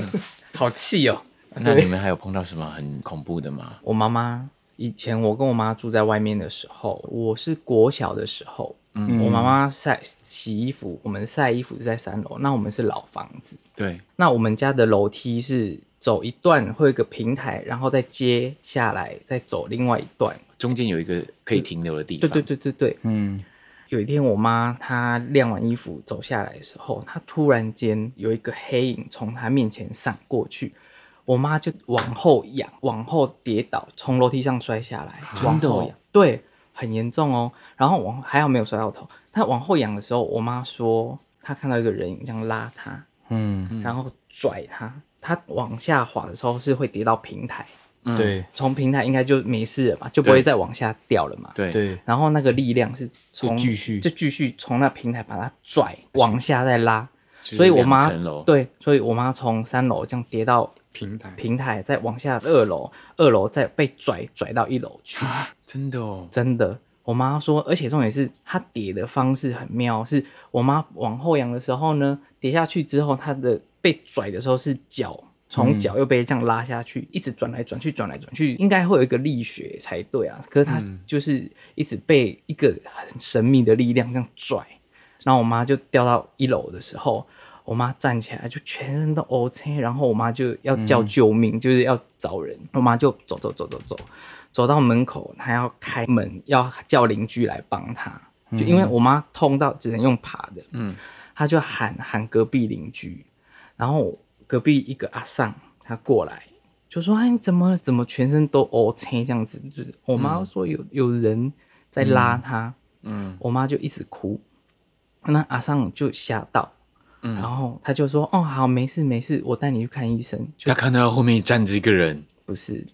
Speaker 3: (laughs) 好气哦！
Speaker 2: 那你们还有碰到什么很恐怖的吗？
Speaker 3: 我妈妈以前我跟我妈住在外面的时候，我是国小的时候，我妈妈晒洗衣服，我们晒衣服是在三楼，那我们是老房子，
Speaker 2: 对，
Speaker 3: 那我们家的楼梯是走一段会有一个平台，然后再接下来再走另外一段。
Speaker 2: 中间有一个可以停留的地
Speaker 3: 对
Speaker 2: 方。
Speaker 3: 对对对对，
Speaker 4: 嗯，
Speaker 3: 有一天，我妈她晾完衣服走下来的时候，她突然间有一个黑影从她面前闪过去，我妈就往后仰，往后跌倒，从楼梯上摔下来，往
Speaker 2: 的哦
Speaker 3: 后仰，对，很严重哦。然后往还好没有摔到头，她往后仰的时候，我妈说她看到一个人影这样拉她，
Speaker 4: 嗯，
Speaker 3: 然后拽她，她往下滑的时候是会跌到平台，
Speaker 2: 嗯
Speaker 4: 对
Speaker 3: 从平台应该就没事了嘛，就不会
Speaker 2: 对
Speaker 3: 再往下掉了嘛。
Speaker 2: 对
Speaker 4: 对，
Speaker 3: 然后那个力量是从
Speaker 4: 就继续
Speaker 3: 就继续从那平台把它拽往下再拉，
Speaker 2: 就是
Speaker 3: 所以我妈
Speaker 2: 两层楼
Speaker 3: 对，所以我妈从三楼这样跌到
Speaker 5: 平台
Speaker 3: 平台，再往下二楼，二楼再被拽拽到一楼去，
Speaker 2: 真的哦，
Speaker 3: 真的。我妈说，而且重点是她跌的方式很妙，是我妈往后仰的时候呢，跌下去之后，她的被拽的时候是脚
Speaker 2: 嗯
Speaker 3: 从脚又被这样拉下去，一直转来转去，转来转去，应该会有一个力学才对啊。可是她
Speaker 2: 嗯
Speaker 3: 就是一直被一个很神秘的力量这样拽，然后我妈就掉到一楼的时候，我妈站起来就全身都 O k 然后我妈就要叫救命，就是要找人，我妈就走走走走走，走到门口，她要开门，要叫邻居来帮她，就因为我妈痛到只能用爬的，嗯，她就喊喊隔壁邻居，然后隔壁一个阿桑他过来。就说：“哎，你怎么怎么全身都 O k 这样子？”就是我妈说有、有人在拉她，嗯，我妈就一直哭，那阿桑就吓到，然后他就说：“哦，好，没事没事，我带你去看医生。”就
Speaker 2: 他看到后面站着一个人，
Speaker 3: 不是，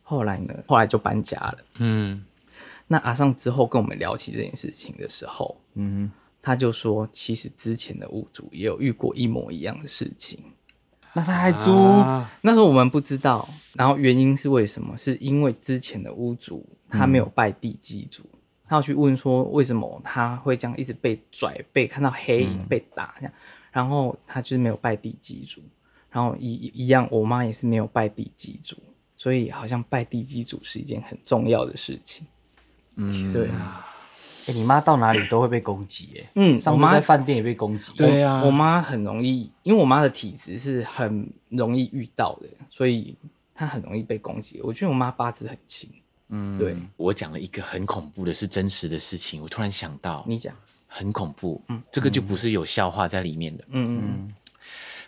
Speaker 3: 后来呢？后来就搬家了。
Speaker 5: 嗯，
Speaker 3: 那阿桑之后跟我们聊起这件事情的时候，嗯，他就说，其实之前的屋主也有遇过一模一样的事情。
Speaker 4: 那他
Speaker 5: 嗯
Speaker 4: 还租，
Speaker 5: 啊
Speaker 3: 那时候我们不知道，然后原因是为什么？是因为之前的屋主他没有拜地基主，他要去问说为什么他会这样一直被拽，被看到黑影、被打这样，然后他就是没有拜地基主，然后一一一样，我妈也是没有拜地基主，所以好像拜地基主是一件很重要的事情。嗯，对，
Speaker 4: 哎你妈到哪里都会被攻击，哎，
Speaker 3: 嗯
Speaker 4: 上
Speaker 3: 我
Speaker 4: 次
Speaker 3: 妈
Speaker 4: 在饭店也被攻击，
Speaker 2: 对啊
Speaker 3: 我妈很容易，因为我妈的体质是很容易遇到的，所以她很容易被攻击。我觉得我妈八字很轻。嗯，对
Speaker 2: 我讲了一个很恐怖的，是真实的事情，我突然想到，
Speaker 3: 你讲，
Speaker 2: 很恐怖，嗯，这个就不是有笑话在里面的。
Speaker 3: 嗯嗯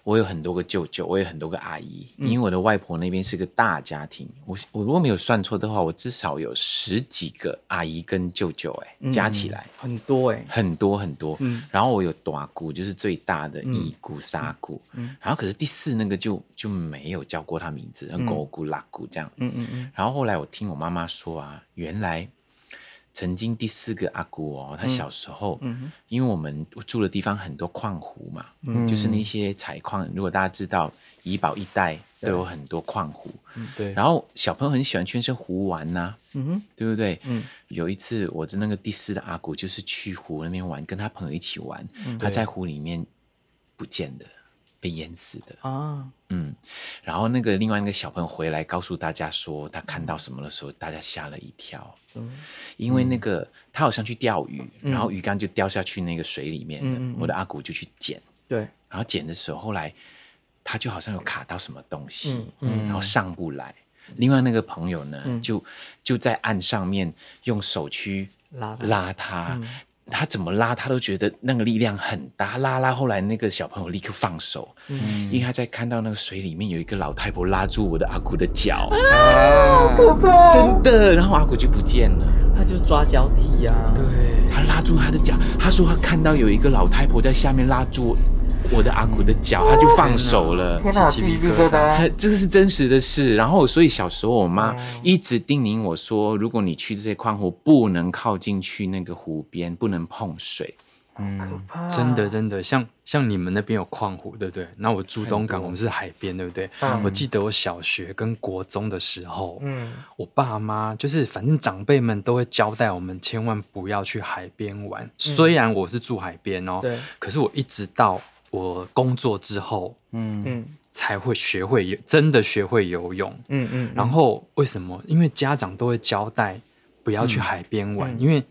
Speaker 2: 我有很多个舅舅，我有很多个阿姨，
Speaker 3: 嗯
Speaker 2: 因为我的外婆那边是个大家庭，我我如果没有算错的话，我至少有十几个阿姨跟舅舅、哎、加起来。
Speaker 3: 很多哎、
Speaker 2: 很多很多，
Speaker 3: 嗯
Speaker 2: 然后我有短姑，就是最大的一姑、沙姑，
Speaker 3: 嗯
Speaker 2: 然后可是第四那个就就没有叫过她名字，狗姑、拉姑这样，
Speaker 3: 嗯嗯嗯，
Speaker 2: 然后后来我听我妈妈说啊，原来曾经第四个阿姑哦，她小时候，因为我们住的地方很多矿湖嘛，就是那些采矿，如果大家知道怡保一带都有很多矿湖，
Speaker 4: 对，
Speaker 2: 然后小朋友很喜欢去那些湖玩呐、
Speaker 3: 嗯哼，
Speaker 2: 对不对？
Speaker 3: 嗯
Speaker 2: 有一次我的那个第四的阿姑就是去湖那边玩，跟她朋友一起玩，她在湖里面不见的，被淹死的。
Speaker 3: 啊，
Speaker 2: 嗯，然后那个另外那个小朋友回来告诉大家说他看到什么的时候，大家吓了一跳，因为
Speaker 3: 嗯
Speaker 2: 那个他好像去钓鱼，然后鱼竿就掉下去那个水里面了。
Speaker 3: 嗯嗯嗯
Speaker 2: 我的阿古就去捡，
Speaker 3: 对，
Speaker 2: 然后捡的时候，后来他就好像有卡到什么东西，
Speaker 3: 嗯
Speaker 2: 然后上不来。另外那个朋友呢，就就在岸上面用手去
Speaker 3: 拉他嗯
Speaker 2: 拉他，他怎么拉他都觉得那个力量很大，拉拉后来那个小朋友立刻放手，
Speaker 3: 嗯
Speaker 2: 因为他在看到那个水里面有一个老太婆拉住我的阿古的脚，
Speaker 3: 啊哦
Speaker 2: 真的，然后阿古就不见了。
Speaker 3: 他就抓交替呀、啊，对，
Speaker 2: 他拉住他的脚，他说他看到有一个老太婆在下面拉住我的阿古的脚，他就放手了。
Speaker 4: 哦天哪，鸡皮疙瘩，
Speaker 2: 他这个是真实的事，然后所以小时候我妈一直叮咛我说，如果你去这些矿湖，不能靠近去那个湖边，不能碰水。
Speaker 5: 真的真的，像像你们那边有矿湖，对不对？那我住东港，我们是海边，对不对？我记得我小学跟国中的时候，
Speaker 3: 嗯
Speaker 5: 我爸妈就是反正长辈们都会交代我们，千万不要去海边玩。虽然我是住海边哦，
Speaker 3: 嗯对，
Speaker 5: 可是我一直到我工作之后
Speaker 3: 嗯
Speaker 5: 才会学会游，真的学会游泳。
Speaker 3: 嗯嗯，
Speaker 5: 然后为什么？因为家长都会交代不要
Speaker 3: 嗯
Speaker 5: 去海边玩，因为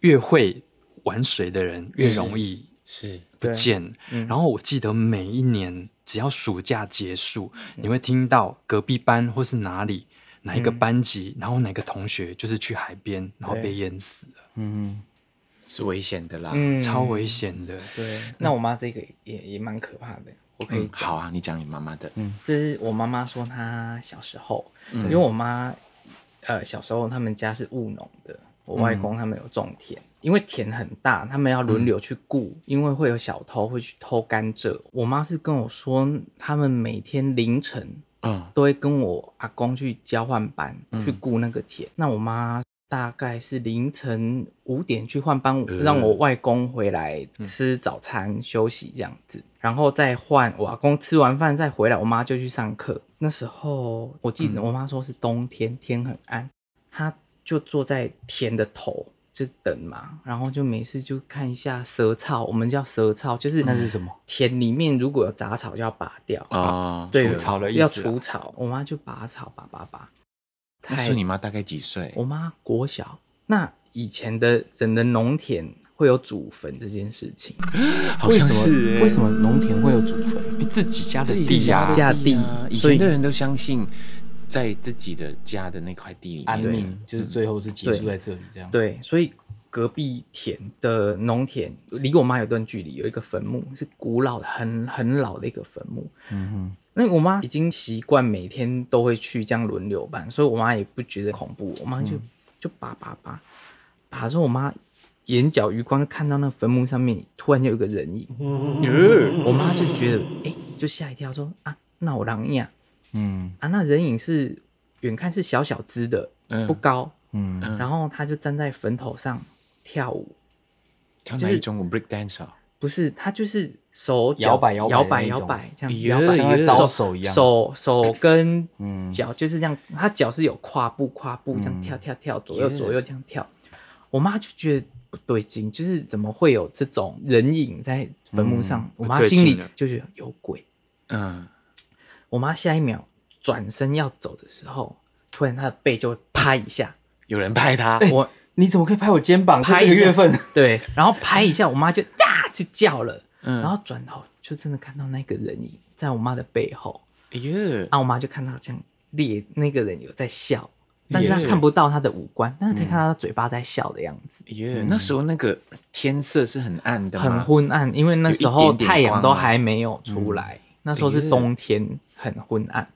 Speaker 5: 越会玩水的人越容易
Speaker 2: 是，
Speaker 5: 不
Speaker 3: 对
Speaker 5: 见。然后我记得每一年只要暑假结束，你会听到隔壁班或是哪里哪一个班级，然后哪个同学就是去海边，然后
Speaker 3: 对
Speaker 5: 被淹死了，
Speaker 4: 嗯，
Speaker 2: 是危险的啦。
Speaker 3: 嗯
Speaker 5: 超危险的。
Speaker 3: 对。那我妈这个也也蛮可怕的，我可以
Speaker 2: 嗯，
Speaker 3: 讲。
Speaker 2: 好啊，你讲你妈妈的。嗯
Speaker 3: 这是我妈妈说她小时候，因为我妈呃小时候他们家是务农的，我外公他们有种田，因为田很大，他们要轮流去雇，因为会有小偷会去偷甘蔗。我妈是跟我说，他们每天凌晨
Speaker 2: 嗯
Speaker 4: 嗯
Speaker 3: 都会跟我阿公去交换班，去雇那个田。那我妈大概是凌晨五点去换班，
Speaker 4: 呃
Speaker 3: 让我外公回来吃早餐、休息这样子，然后再换我阿公吃完饭再回来，我妈就去上课。那时候我记
Speaker 4: 嗯
Speaker 3: 得我妈说是冬天，天很暗，她就坐在田的头。就等嘛，然后就没事就看一下蛇草，我们叫蛇草，就是
Speaker 4: 那是什么？
Speaker 3: 田里面如果有杂草就要拔掉，
Speaker 2: 啊，
Speaker 3: 对，
Speaker 4: 除草的意思啊
Speaker 3: 要除草。我妈就拔草，拔拔拔。
Speaker 2: 那时候你妈大概几岁？
Speaker 3: 我妈国小，那以前的人的农田会有祖坟这件事情，
Speaker 2: 好像是欸嗯
Speaker 4: 为什么农田会有祖坟？
Speaker 5: 自己家的
Speaker 2: 自己
Speaker 5: 地
Speaker 2: 家
Speaker 5: 啊
Speaker 2: 的，
Speaker 3: 家地
Speaker 2: 啊以
Speaker 3: 所以
Speaker 2: 前的人都相信，在自己的家的那块地里
Speaker 4: 安
Speaker 2: 面，
Speaker 4: 宁就是最后是结束在这里，这样。
Speaker 3: 对，所以隔壁田的农田离我妈有段距离，有一个坟墓是古老的、很很老的一个坟墓。
Speaker 4: 嗯
Speaker 3: 那我妈已经习惯每天都会去这样轮流搬，所以我妈也不觉得恐怖。我妈就、就拔拔拔，拔的时候我妈眼角余光看到那坟墓上面突然就有个人影，我妈就觉得哎、就吓一跳说啊，那我狼呀
Speaker 4: 嗯
Speaker 3: 啊，那人影是远看是小小只的，
Speaker 2: 嗯
Speaker 3: 不高，
Speaker 4: 嗯嗯，
Speaker 2: 嗯
Speaker 3: 然后她就站在坟头上跳舞，
Speaker 2: 跳哪一种舞 break dance 啊？
Speaker 3: 不是她就是手脚
Speaker 4: 摇摆摇摆
Speaker 3: 摇
Speaker 4: 的那
Speaker 3: 摆摇
Speaker 4: 种
Speaker 3: 摆这样
Speaker 2: 哎
Speaker 3: 摇
Speaker 2: 呀
Speaker 3: 摆
Speaker 4: 像在
Speaker 2: 也是
Speaker 4: 招手一样。
Speaker 3: 手
Speaker 4: (clears throat)
Speaker 3: 手跟
Speaker 4: 嗯
Speaker 3: 脚就是这样，他脚是有跨步跨步这样跳跳跳，左右
Speaker 2: Yeah
Speaker 3: 左右这样跳。我妈就觉得不对劲，就是怎么会有这种人影在坟墓上？
Speaker 4: 嗯
Speaker 3: 我妈
Speaker 5: 不对劲
Speaker 3: 心里
Speaker 5: 了
Speaker 3: 就觉得有鬼。
Speaker 2: 嗯，
Speaker 3: 我妈下一秒转身要走的时候，突然她的背就会拍
Speaker 4: (laughs)
Speaker 3: 一下，
Speaker 2: 有人拍他，
Speaker 3: 我
Speaker 4: 你怎么可以拍我肩膀？
Speaker 3: 拍
Speaker 4: 这个
Speaker 3: 一下
Speaker 4: 月份，
Speaker 3: 对，然后拍一下，
Speaker 4: (laughs)
Speaker 3: 我妈就啊就叫了，
Speaker 2: 嗯
Speaker 3: 然后转头就真的看到那个人影在我妈的背后。
Speaker 2: 哎呀，
Speaker 3: 啊，我妈就看到这样裂，那个人有在笑，但是她
Speaker 2: 耶
Speaker 3: 看不到他的五官，但是
Speaker 2: 嗯
Speaker 3: 可以看到他嘴巴在笑的样子，
Speaker 2: 哎呀，那时候那个天色是很暗的
Speaker 3: 很
Speaker 2: 吗，
Speaker 3: 昏暗，因为那
Speaker 2: 有
Speaker 3: 时
Speaker 2: 一
Speaker 3: 候
Speaker 2: 点点
Speaker 3: 太阳
Speaker 2: 光哎
Speaker 3: 都
Speaker 2: 啊
Speaker 3: 还没有出来，那时候是
Speaker 2: 耶
Speaker 3: 冬天，很昏暗。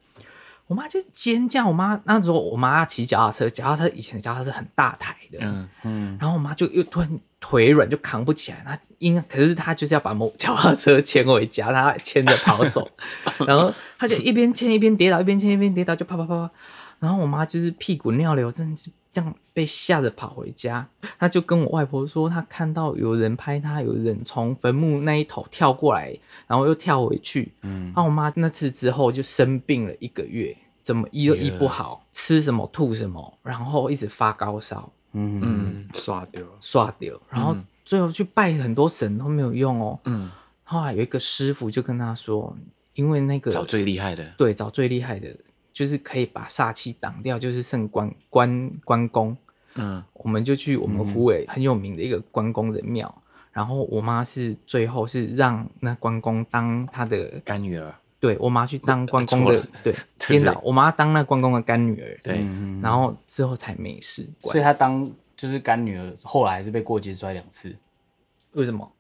Speaker 3: 我妈就尖叫，我妈那时候我妈骑脚踏车，脚踏车以前的脚踏车很大台的，
Speaker 2: 嗯，
Speaker 4: 嗯，
Speaker 3: 然后我妈就又突然腿软，就扛不起来。她应该，可是她就是要把某脚踏车牵回家，她牵着跑走。 (laughs) 然后她就一边牵一边跌倒，一边牵一边跌倒，就啪啪啪啪。然后我妈就是屁股尿流，真的是这样被吓得跑回家。她就跟我外婆说，她看到有人拍她，有人从坟墓那一头跳过来，然后又跳回去。嗯，然后我妈那次之后就生病了一个月，怎么医都医不好，吃什么吐什么，然后一直发高烧。
Speaker 4: (laughs) 嗯
Speaker 5: 嗯，刷掉了，
Speaker 3: 刷掉，然后最后去拜很多神都没有用哦。
Speaker 2: 嗯，
Speaker 3: 后来有一个师傅就跟他说，因为那个
Speaker 2: 找最厉害的，
Speaker 3: 对找最厉害的，就是可以把煞气挡掉，就是圣关关关公。
Speaker 2: 嗯，
Speaker 3: 我们就去我们湖北很有名的一个关公的庙，然后我妈是最后是让那关公当他的，
Speaker 2: 干女儿，
Speaker 3: 对我妈去当关公
Speaker 2: 错
Speaker 3: 的
Speaker 2: 了，(laughs)
Speaker 3: 对，
Speaker 2: 对
Speaker 3: 颠倒，我妈当那关公的干女儿，
Speaker 2: 对，
Speaker 3: 然后之后才没事。
Speaker 4: 所以她当就是干女儿，后来还是被过肩摔两次，
Speaker 3: 为什么？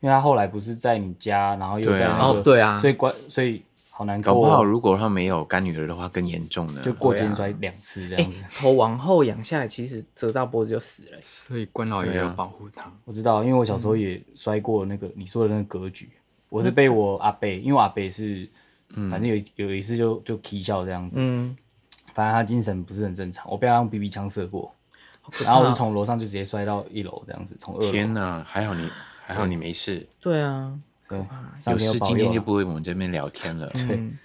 Speaker 4: 因为她后来不是在你家，然后又在
Speaker 2: 对啊
Speaker 4: 那个
Speaker 3: 哦对啊
Speaker 4: 所以关所以好难过
Speaker 2: 搞
Speaker 4: 哦，
Speaker 2: 不好如果他没有干女儿的话，更严重呢。
Speaker 4: 就过肩摔两次这
Speaker 3: 哎、
Speaker 4: 样子。
Speaker 3: 头往后仰下来，其实折到脖子就死了、
Speaker 5: 所以关老爷
Speaker 2: 对啊
Speaker 5: 有保护他。
Speaker 4: 我知道，因为我小时候也摔过那个你说的那个格局，我是被我阿伯，因为我阿伯是，反正有一有一次就就啼笑这样子，
Speaker 3: 嗯，
Speaker 4: 反正他精神不是很正常，我被他用 BB 枪射过，
Speaker 3: 可怕
Speaker 4: 然后我就从楼上就直接摔到一楼这样子，从二楼
Speaker 2: 天哪，还好你还好你没事，
Speaker 3: 对啊，
Speaker 4: 对，上
Speaker 2: 有
Speaker 4: 天
Speaker 2: 事
Speaker 4: 有保
Speaker 2: 今天
Speaker 4: 佑啊
Speaker 2: 就
Speaker 4: 啦。
Speaker 2: 不会我们这边聊天了。
Speaker 3: 嗯，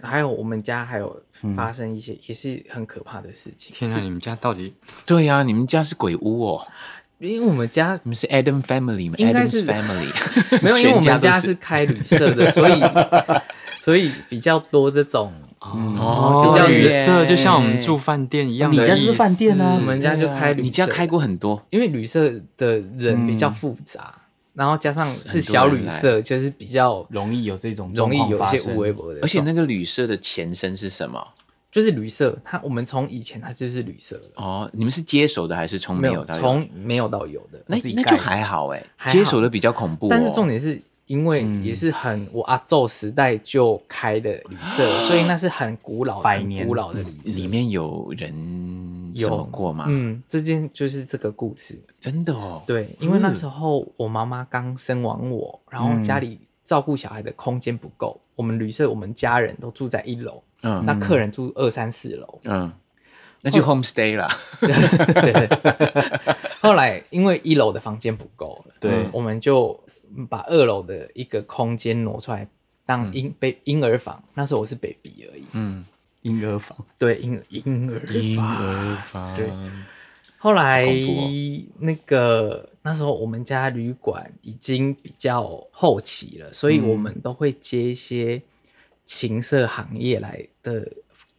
Speaker 3: 还有我们家还有
Speaker 2: 嗯
Speaker 3: 发生一些也是很可怕的事情，
Speaker 5: 天啊，你们家到底
Speaker 2: 对呀，你们家是鬼屋哦，
Speaker 3: 因为我们
Speaker 2: (laughs)
Speaker 3: 家
Speaker 2: 你们是 Adam Family 吗
Speaker 3: 应该是
Speaker 2: ？Adam's Family
Speaker 3: (laughs) 没有，因为我们
Speaker 2: 全家
Speaker 3: 家
Speaker 2: 都
Speaker 3: 是开旅社的，
Speaker 2: (laughs)
Speaker 3: 所以所以比较多这种，
Speaker 2: 哦
Speaker 3: 比较
Speaker 5: 旅
Speaker 3: 远
Speaker 5: 社，就像我们住饭店一样
Speaker 4: 你
Speaker 5: 的
Speaker 4: 家就是
Speaker 5: 意
Speaker 4: 饭店啊
Speaker 5: 思
Speaker 3: 我们家就开旅社，
Speaker 2: 你家开过很多，
Speaker 3: 因为旅社的人比较复杂，然后加上是小旅
Speaker 2: 嗯很多
Speaker 3: 社，就是比较
Speaker 4: 容易有这种状
Speaker 3: 容易
Speaker 4: 况
Speaker 3: 有
Speaker 4: 发
Speaker 3: 一些
Speaker 4: 生
Speaker 3: 无微博的，
Speaker 2: 而且那个旅社的前身是什么？
Speaker 3: 就是旅社，它我们从以前它就是旅社了。
Speaker 2: 哦，你们是接手的还是从
Speaker 3: 没
Speaker 2: 嗯有
Speaker 3: 有，
Speaker 2: 到有？
Speaker 3: 从没有到有的。
Speaker 2: 那
Speaker 4: 自己
Speaker 2: 那
Speaker 4: 盖
Speaker 2: 就还好哎，
Speaker 3: 还好
Speaker 2: 接手的比较恐怖哦。
Speaker 3: 但是重点是因为
Speaker 4: 嗯
Speaker 3: 也是很我阿昼时代就开的旅社，所以那是很古老、
Speaker 4: 啊百
Speaker 3: 很
Speaker 4: 年
Speaker 3: 古老的旅社。
Speaker 2: 里面有人
Speaker 3: 有
Speaker 2: 什么过吗？
Speaker 3: 嗯，这件就是这个故事。
Speaker 2: 真的哦，
Speaker 3: 对，因为那时候我妈妈刚生完我，然后
Speaker 4: 嗯
Speaker 3: 家里照顾小孩的空间不够，我们旅社我们家人都住在一楼，
Speaker 2: 嗯
Speaker 3: 那客人住二三四楼。 (laughs)
Speaker 2: 嗯那就 homestay 啦。
Speaker 3: 对对对。 (laughs) 后来因为一楼的房间不够了，
Speaker 4: 对
Speaker 3: 我们就把二楼的一个空间挪出来当婴被婴儿房。那时候我是 baby 而已，
Speaker 2: 嗯，
Speaker 4: 婴儿房，
Speaker 3: 对婴婴儿房。
Speaker 2: 儿房
Speaker 3: 对后来
Speaker 2: 好恐怖
Speaker 3: 那个那时候我们家旅馆已经比较后期了，所以我们都会接一些情色行业来的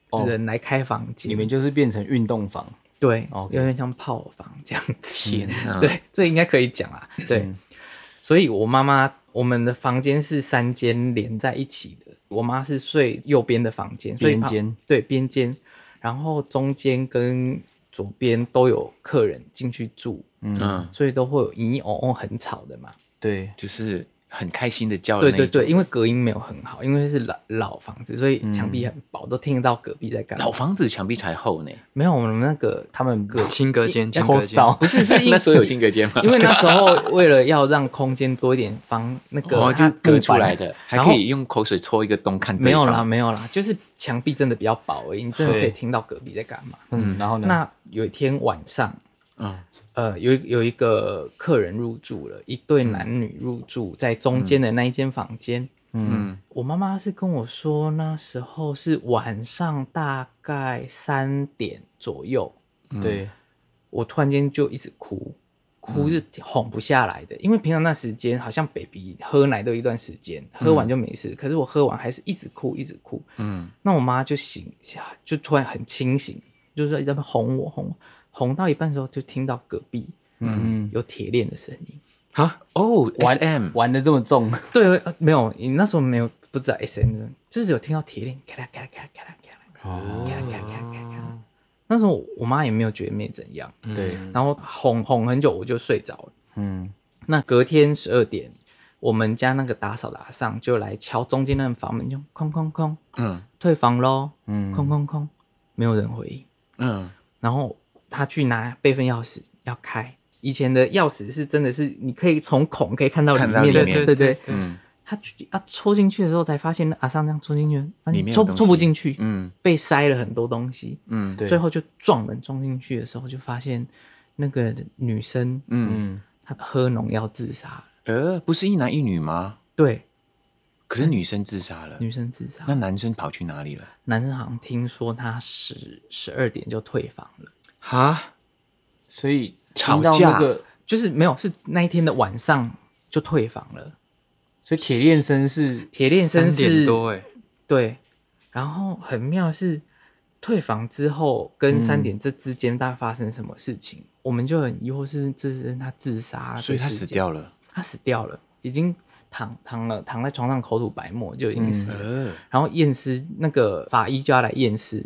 Speaker 4: 哦
Speaker 3: 人来开房间，
Speaker 4: 你们就是变成运动房，
Speaker 3: 对，
Speaker 4: OK
Speaker 3: 有点像炮房这样子。
Speaker 2: 天哪，
Speaker 3: 对，这应该可以讲啦。对，
Speaker 4: 嗯
Speaker 3: 所以我妈妈，我们的房间是三间连在一起的。我妈是睡右边的房间，所以
Speaker 4: 边
Speaker 3: 旁
Speaker 4: 间
Speaker 3: 对边间，然后中间跟左边都有客人进去住，
Speaker 2: 嗯，
Speaker 3: 所以都会有咦咦哦哦很吵的嘛。
Speaker 4: 对，
Speaker 2: 就是很开心的叫的
Speaker 3: 对
Speaker 2: 哦那一
Speaker 3: 对对，
Speaker 2: 种
Speaker 3: 因为隔音没有很好，因为是老老房子，所以墙壁很薄，都听得到隔壁在干嘛
Speaker 2: 老。房子墙壁才厚呢。
Speaker 3: 没有我们那个
Speaker 4: 他们
Speaker 3: 隔
Speaker 5: 清隔间，清隔
Speaker 4: cos
Speaker 5: 间，
Speaker 4: 到
Speaker 3: 不是是
Speaker 2: (laughs)
Speaker 3: 因
Speaker 2: 那时候有新隔间吗？
Speaker 3: 因为那时候为了要让空间多一点方，那个、
Speaker 2: (laughs) 哦，就
Speaker 3: 它
Speaker 2: 隔出来的，还
Speaker 3: 然后
Speaker 2: 可以用口水戳一个洞看对
Speaker 3: 没有啦，
Speaker 2: 方，
Speaker 3: 没有啦，就是墙壁真的比较薄而已，你真的可以听到隔壁在干嘛。
Speaker 4: 嗯，然后呢？
Speaker 3: 那有一天晚上，
Speaker 2: 嗯，
Speaker 3: 呃，有一有一个客人入住了，一对男女入住在中间的那一间房间。
Speaker 2: 嗯，
Speaker 3: 我妈妈是跟我说，那时候是晚上大概三点左右，
Speaker 4: 对，
Speaker 3: 我突然间就一直哭，哭是哄不下来的，因为平常那时间好像 baby 喝奶都一段时间，喝完就没事，可是我喝完还是一直哭，一直哭。
Speaker 2: 嗯，
Speaker 3: 那我妈就醒一下，就突然很清醒，就是在那边哄我，哄我哄到一半的时候就听到隔壁
Speaker 4: 嗯，
Speaker 3: 有铁链的声音。
Speaker 5: 哈，
Speaker 2: 哦
Speaker 4: 玩
Speaker 2: ，S M，
Speaker 4: 玩的这么重， (laughs)
Speaker 3: 对，呃没有，你那时候没有不知道 S M 的，就是有听到铁链，咔啦咔啦咔啦咔啦咔啦，咔啦咔啦咔啦咔啦。那时候我我妈也没有觉得没怎样，
Speaker 5: 嗯
Speaker 4: 对，
Speaker 3: 然后哄哄很久我就睡着了。
Speaker 4: 嗯，
Speaker 3: 那隔天十二点，我们家那个打扫的阿上就来敲中间那个房门，就空空空，
Speaker 2: 嗯
Speaker 3: 退房喽，
Speaker 4: 嗯
Speaker 3: 空空空，没有人回应。
Speaker 2: 嗯
Speaker 3: 然后他去拿备份钥匙要开，以前的钥匙是真的是你可以从孔可以看到里
Speaker 2: 看到
Speaker 3: 面的，
Speaker 2: 里面
Speaker 3: 对对。
Speaker 2: 嗯
Speaker 3: 他去啊戳进去的时候才发现，那阿上这样戳进去，发
Speaker 2: 里
Speaker 3: 现
Speaker 2: 面有
Speaker 3: 戳
Speaker 2: 东西
Speaker 3: 戳不进去，
Speaker 2: 嗯
Speaker 3: 被塞了很多东西。
Speaker 2: 嗯，
Speaker 4: 对
Speaker 3: 最后就撞门撞进去的时候，就发现那个女生
Speaker 2: 嗯，
Speaker 4: 嗯，
Speaker 3: 她喝农药自杀了。
Speaker 2: 呃，不是一男一女吗？
Speaker 3: 对，
Speaker 2: 可是女生自杀了，
Speaker 3: 女生自杀。
Speaker 2: 那男生跑去哪里了？
Speaker 3: 男生好像听说他十十二点就退房了，
Speaker 5: 哈，
Speaker 4: 所以
Speaker 2: 吵
Speaker 4: 听到
Speaker 2: 架
Speaker 4: 那个，
Speaker 3: 就是没有，是那一天的晚上就退房了。
Speaker 4: 所以铁链声是
Speaker 3: 铁链
Speaker 5: 三
Speaker 3: 绅
Speaker 5: 点
Speaker 3: 士
Speaker 5: 多哎，
Speaker 3: 对，然后很妙是退房之
Speaker 2: 嗯
Speaker 3: 后跟三点这之间大概发生什么事情，我们就很疑惑，是不是这是他自杀？
Speaker 2: 所以他死，掉了。
Speaker 3: 他死掉了，已经躺躺了，躺在床上口吐白沫就已经死了。
Speaker 2: 呃，
Speaker 3: 然后验尸那个法医就要来验尸，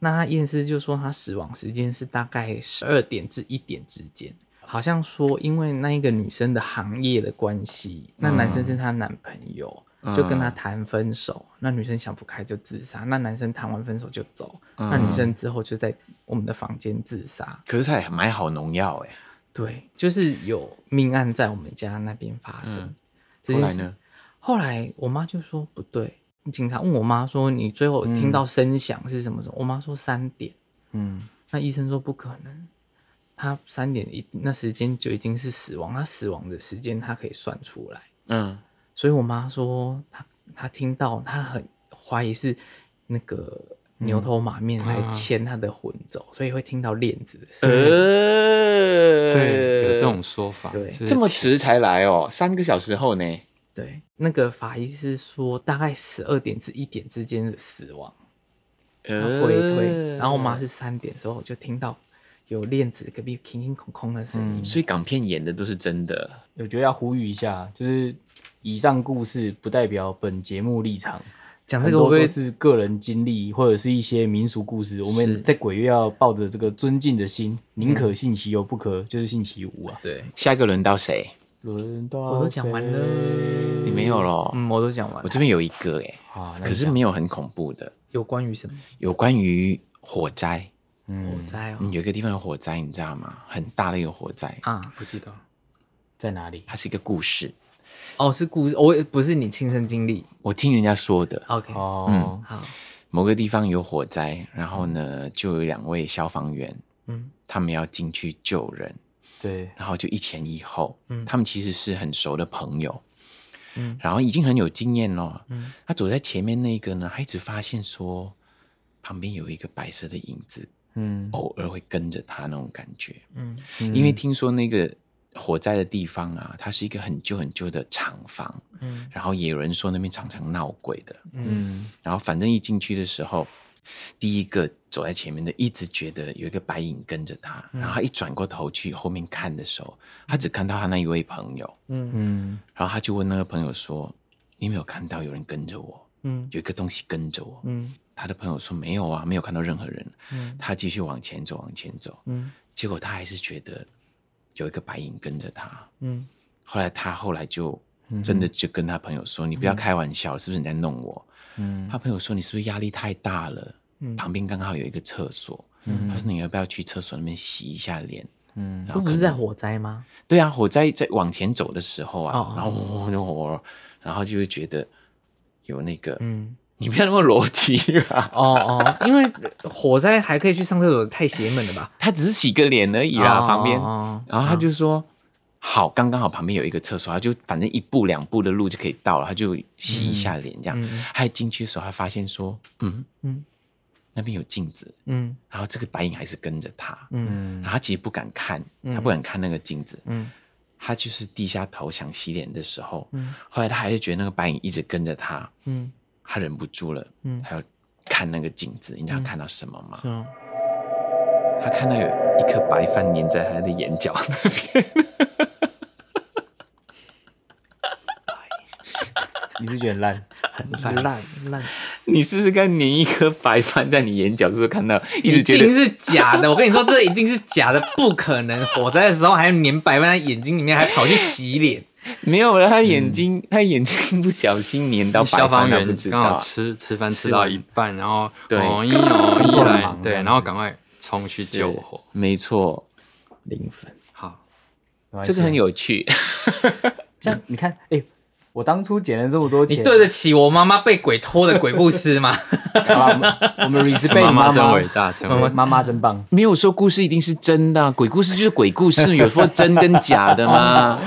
Speaker 3: 那他验尸就说他死亡时间是大概十二点至一点之间，好像说因为那一个女生的行业的关系，那男生是她男朋友，
Speaker 2: 嗯
Speaker 3: 就跟她谈分手，那女生想不开就自杀，那男生谈完分手就走，
Speaker 2: 嗯
Speaker 3: 那女生之后就在我们的房间自杀，
Speaker 2: 可是他也买好农药哎，
Speaker 3: 对，就是有命案在我们家那边发生。
Speaker 2: 嗯
Speaker 3: 这
Speaker 2: 后
Speaker 3: 件
Speaker 2: 来
Speaker 3: 事
Speaker 2: 呢？
Speaker 3: 后来我妈就说不对，警察问我妈说你最后听到声响是什么时候？我妈说三点。
Speaker 4: 嗯，
Speaker 3: 那医生说不可能，他三点一那时间就已经是死亡，他死亡的时间他可以算出来。
Speaker 2: 嗯，
Speaker 3: 所以我妈说她她听到她很怀疑是那个牛头马面来牵她的魂走，所以会听到链子的
Speaker 2: 嗯
Speaker 3: 声音。
Speaker 2: 呃，
Speaker 5: 对，有这种说法，
Speaker 3: 对
Speaker 5: 就是
Speaker 2: 这么迟才来哦，三个小时后呢？
Speaker 3: 对，那个法医是说大概十二点至一点之间的死亡。
Speaker 2: 呃，
Speaker 3: 回推，然后我妈是三点的时候我就听到有链子隔壁空空空空的声音。
Speaker 2: 所以港片演的都是真的，
Speaker 4: 我觉得要呼吁一下，就是以上故事不代表本节目立场，
Speaker 3: 讲这
Speaker 4: 啊很
Speaker 3: 个会
Speaker 4: 多
Speaker 3: 不
Speaker 4: 都
Speaker 3: 会
Speaker 4: 是个人经历或者是一些民俗故事。我们在鬼月要抱着这个尊敬的
Speaker 3: 嗯
Speaker 4: 心，宁可信其有，不可就是信其无啊。
Speaker 3: 对？
Speaker 2: 下一个轮到谁？
Speaker 4: 轮到
Speaker 3: 我都讲完了
Speaker 2: 你没有咯？
Speaker 3: 嗯，我都讲完
Speaker 2: 我
Speaker 3: 了。
Speaker 2: 这边有一个哎、
Speaker 4: 啊，
Speaker 2: 可是没有很恐怖的，
Speaker 3: 有关于什么
Speaker 2: 有关于火灾。
Speaker 3: 火灾哦
Speaker 2: 嗯，有一个地方有火灾，你知道吗？很大的一个火灾，
Speaker 3: 啊？
Speaker 5: 不记得
Speaker 4: 在哪里？
Speaker 2: 它是一个故事，
Speaker 3: 哦哦，是故事，我也不是你亲身经历。嗯
Speaker 2: 我听人家说的。
Speaker 3: OK，
Speaker 4: 哦，
Speaker 3: 好，
Speaker 2: 某个地方有火灾，然后呢，就有两位消防员，
Speaker 3: 嗯
Speaker 2: 他们要进去救人，
Speaker 4: 对，
Speaker 2: 然后就一前一后，
Speaker 3: 嗯
Speaker 2: 他们其实是很熟的朋友，
Speaker 3: 嗯
Speaker 2: 然后已经很有经验了。
Speaker 3: 嗯
Speaker 2: 他走在前面那个呢，他一直发现说旁边有一个白色的影子，
Speaker 4: 嗯，
Speaker 2: 偶尔会跟着他那种感觉。
Speaker 3: 嗯
Speaker 2: 因为听说那个火灾的地方啊，它是一个很旧很旧的厂房，
Speaker 3: 嗯
Speaker 2: 然后也有人说那边常常闹鬼的。
Speaker 3: 嗯
Speaker 2: 然后反正一进去的时候，第一个走在前面的一直觉得有一个白影跟着他，
Speaker 3: 嗯
Speaker 2: 然后他一转过头去后面看的时候，他只看到他那一位朋友，
Speaker 3: 嗯
Speaker 4: 嗯
Speaker 2: 然后他就问那个朋友说：“你有没有看到有人跟着我？
Speaker 3: 嗯
Speaker 2: 有一个东西跟着我？”
Speaker 3: 嗯
Speaker 2: 他的朋友说：“没有啊，没有看到任何人。”
Speaker 3: 嗯
Speaker 2: 他继续往前走，往前走，
Speaker 3: 嗯
Speaker 2: 结果他还是觉得有一个白影跟着他。
Speaker 3: 嗯
Speaker 2: 后来他后来就真的就跟他朋友说：“你不要开玩笑，是不是你在弄我？”
Speaker 4: 嗯
Speaker 2: 他朋友说你是不是压力太大了？
Speaker 3: 嗯
Speaker 2: 旁边刚好有一个厕所，他说你要不要去厕所那边洗一下脸？
Speaker 4: 嗯，
Speaker 2: 然
Speaker 3: 这
Speaker 2: 后
Speaker 3: 不
Speaker 2: 可
Speaker 3: 是在
Speaker 2: 能
Speaker 3: 火灾吗？
Speaker 2: 对啊，火灾在往前走的时候啊，
Speaker 3: 哦哦
Speaker 2: 然后轰就火，然后就会觉得有那个，
Speaker 3: 嗯，
Speaker 2: 你不要那么裸体
Speaker 3: (laughs)
Speaker 2: 啊，
Speaker 3: 哦哦，因为火灾还可以去上厕所，太邪门了吧？
Speaker 2: 他只是洗个脸而已啊，
Speaker 3: 哦
Speaker 2: 旁边，
Speaker 3: 哦
Speaker 2: 然后他就说。好，刚刚好旁边有一个厕所，他就反正一步两步的路就可以到了，他就洗一下脸这样。
Speaker 3: 嗯嗯
Speaker 2: 他一进去的时候，他发现说，嗯
Speaker 3: 嗯
Speaker 2: 嗯，那边有镜子，
Speaker 3: 嗯
Speaker 2: 然后这个白影还是跟着他，
Speaker 3: 嗯
Speaker 2: 然后他其实不敢看，他不敢看那个镜子，
Speaker 3: 嗯
Speaker 2: 他就是低下头想洗脸的时候，
Speaker 3: 嗯
Speaker 2: 后来他还是觉得那个白影一直跟着他，
Speaker 3: 嗯，
Speaker 2: 他忍不住了，
Speaker 3: 嗯
Speaker 2: 他要看那个镜子，你知道他看到什么吗？
Speaker 3: 是哦吗？
Speaker 2: 他看到有一颗白饭粘在他的眼角那边，
Speaker 4: 你是觉得很烂？
Speaker 3: 烂烂，
Speaker 2: (laughs) 你是不是该粘一颗白饭在你眼角？是不是看到一直
Speaker 3: (laughs) 一
Speaker 2: 觉
Speaker 3: 定
Speaker 2: 得？
Speaker 3: 是假的。我跟你说，这一定是假的，不可能。火灾的时候还粘白饭在眼睛里面，还跑去洗脸。
Speaker 2: 没有了，他眼睛，他眼睛不小心粘到白
Speaker 5: 嗯消防
Speaker 2: 饭，他不
Speaker 5: 员
Speaker 2: 知道
Speaker 5: 刚好
Speaker 2: 啊。
Speaker 5: 吃吃饭
Speaker 2: 吃
Speaker 5: 吃到
Speaker 2: 完
Speaker 5: 一半，然后
Speaker 2: 对
Speaker 5: 哦一哦
Speaker 4: 工作
Speaker 5: 一
Speaker 4: 很
Speaker 5: 来
Speaker 4: 忙，
Speaker 5: 对，
Speaker 4: 这样
Speaker 5: 然后
Speaker 4: 子
Speaker 5: 赶快冲去救火。
Speaker 2: 没错，
Speaker 3: 零分，
Speaker 5: 好，
Speaker 2: 这个很有趣。
Speaker 4: 这样，你看，哎、我当初捡了这么多
Speaker 3: 你
Speaker 4: 钱，
Speaker 3: 对得起我妈妈被鬼拖的鬼故事吗？
Speaker 4: 好吧我们我
Speaker 3: (laughs)
Speaker 4: 们 respect
Speaker 5: 妈
Speaker 4: 妈
Speaker 5: 真伟大，真伟
Speaker 4: 妈
Speaker 5: 大。
Speaker 4: 妈妈真棒。
Speaker 2: (laughs) 没有说故事一定是真的啊、鬼故事就是鬼故事，有说真跟假的
Speaker 5: (laughs)
Speaker 2: 吗？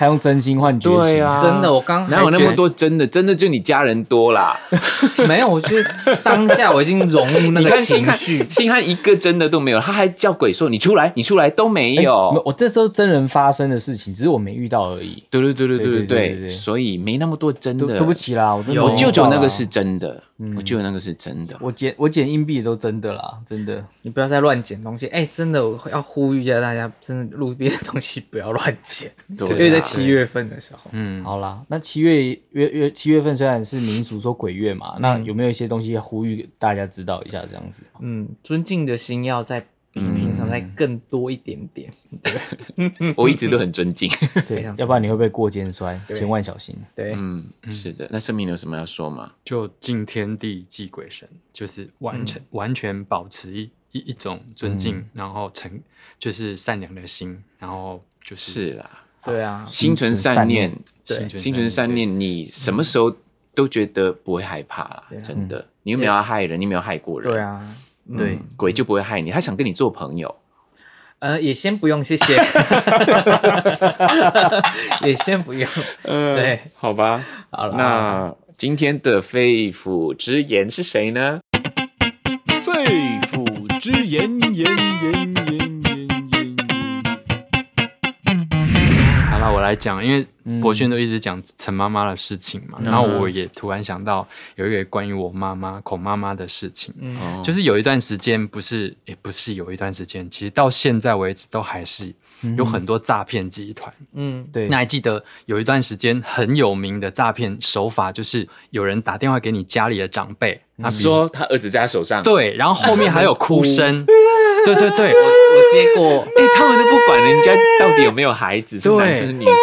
Speaker 4: 他用真心换绝情，
Speaker 2: 对啊，
Speaker 3: 真的，我刚
Speaker 2: 哪
Speaker 3: 还
Speaker 2: 有那
Speaker 3: 觉
Speaker 2: 么
Speaker 3: 得
Speaker 2: 多真的？真的就你家人多
Speaker 3: (laughs)
Speaker 2: 啦。
Speaker 3: (laughs) 没有，我觉得当下我已经融入那
Speaker 2: 你
Speaker 3: 个
Speaker 2: 看
Speaker 3: 情
Speaker 2: 星汉，
Speaker 3: 绪。
Speaker 2: 星汉一个真的都没有，他还叫鬼说你出来，你出来都没
Speaker 4: 哎
Speaker 2: 有。
Speaker 4: 我这时候真人发生的事情，只是我没遇到而已。
Speaker 2: 对对对对对对
Speaker 4: 对对对
Speaker 2: 对，
Speaker 4: 对
Speaker 2: 所以没那么多真
Speaker 4: 对
Speaker 2: 的。
Speaker 4: 对不，起啦，我真的
Speaker 3: 有
Speaker 4: 没
Speaker 2: 我
Speaker 4: 遇
Speaker 2: 舅舅
Speaker 4: 到啦
Speaker 2: 那个是真的，我舅舅那个是真的。
Speaker 4: 我捡我捡硬币都真的啦，真的。
Speaker 3: 你不要再乱捡东西。哎、真的，我要呼吁一下大家，真的路边的东西不要乱捡，
Speaker 2: 对啊
Speaker 3: 因为在七月份的时候，
Speaker 5: 嗯，
Speaker 4: 好啦，那七月月月七月份虽然是民俗说鬼月嘛，
Speaker 2: 嗯
Speaker 4: 那有没有一些东西呼吁大家知道一下这样
Speaker 2: (laughs)
Speaker 4: 子？
Speaker 3: 嗯，尊敬的心要再比平常再更多一点点。
Speaker 2: 我一直都很尊敬。
Speaker 4: 对
Speaker 3: 常，
Speaker 4: 要不然你会被过肩摔，千万小心。
Speaker 3: 对，
Speaker 2: 嗯，是的。那盛明有什么要说吗？
Speaker 5: 就敬天地，祭鬼神，就是完全、完全保持一一一种尊敬，然后诚就是善良的心，然后就是
Speaker 2: 是啦，
Speaker 3: 对啊，
Speaker 2: 心存善念，
Speaker 3: 对
Speaker 2: 心存善念，你什么时候都觉得不会害怕啦，真的。你又没有要害人，你没有害过人，
Speaker 3: 对，啊，
Speaker 2: 对，鬼就不会害你，他想跟你做朋友。
Speaker 3: 呃，也先不用，
Speaker 2: (laughs)
Speaker 3: 谢 (laughs) 谢，也先不用。对，
Speaker 2: 呃好吧，
Speaker 3: 好了，
Speaker 2: 那今天的肺腑之言是谁呢？
Speaker 1: 肺腑之言，言言言言言言
Speaker 5: 好了，我来讲，因为博轩都一直讲陈妈妈的事情嘛，然后我也突然想到有一个关于我妈妈孔妈妈的事情，
Speaker 3: 嗯
Speaker 2: 哦
Speaker 5: 就是有一段时间不是，也不是有一段时间，其实到现在为止都还是
Speaker 2: 嗯
Speaker 5: 有很多诈骗集团。
Speaker 3: 嗯
Speaker 4: 对，
Speaker 5: 那还记得有一段时间很有名的诈骗手法，就是有人打电话给你家里的长辈，啊，比如
Speaker 2: 说他儿子在他手上，
Speaker 5: 对，然后后面还有哭
Speaker 2: (laughs)
Speaker 5: 声，对对对，
Speaker 3: 我接过，
Speaker 2: 哎，他们都不管人家到底有没有孩子，是
Speaker 5: 对
Speaker 2: 男生是女生，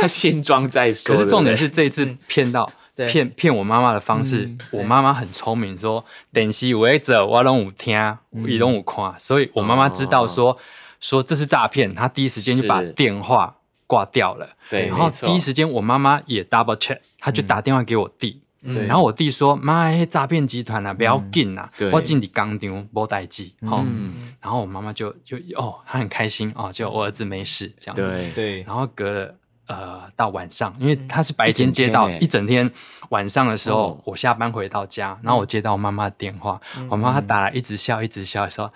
Speaker 2: 他先装再说。
Speaker 5: 可是重点
Speaker 2: 对嗯
Speaker 5: 是这一次骗到
Speaker 3: 对
Speaker 5: 骗骗我妈妈的方式，我妈妈很聪明，说电视有在做，我拢有听，
Speaker 2: 嗯
Speaker 5: 伊拢有看，所以我妈妈知道说、说这是诈骗，她第一时间就把
Speaker 2: 哦是
Speaker 5: 电话挂掉了。
Speaker 2: 对
Speaker 5: 然后
Speaker 2: 没错嗯
Speaker 5: 第一时间我妈妈也 double check，她就打电话给我弟，
Speaker 4: 对
Speaker 5: 然后我弟说：“妈，那诈骗集团啊，不要进啊，
Speaker 2: 嗯对
Speaker 5: 我进你钢丢，没代志。”好，
Speaker 2: 嗯，
Speaker 5: 然后我妈妈就就哦，她很开心哦，就我儿子没事这样子。
Speaker 2: 对，
Speaker 4: 对，
Speaker 5: 然后隔了呃到晚上，因为
Speaker 3: 嗯
Speaker 5: 他是白天接到
Speaker 2: 一整天欸
Speaker 5: 一整天，晚上的时候
Speaker 2: 哦
Speaker 5: 我下班回到家，然
Speaker 3: 嗯
Speaker 5: 后我接到我妈妈的电话，我妈
Speaker 2: 嗯
Speaker 5: 她打来一直笑一直笑说：“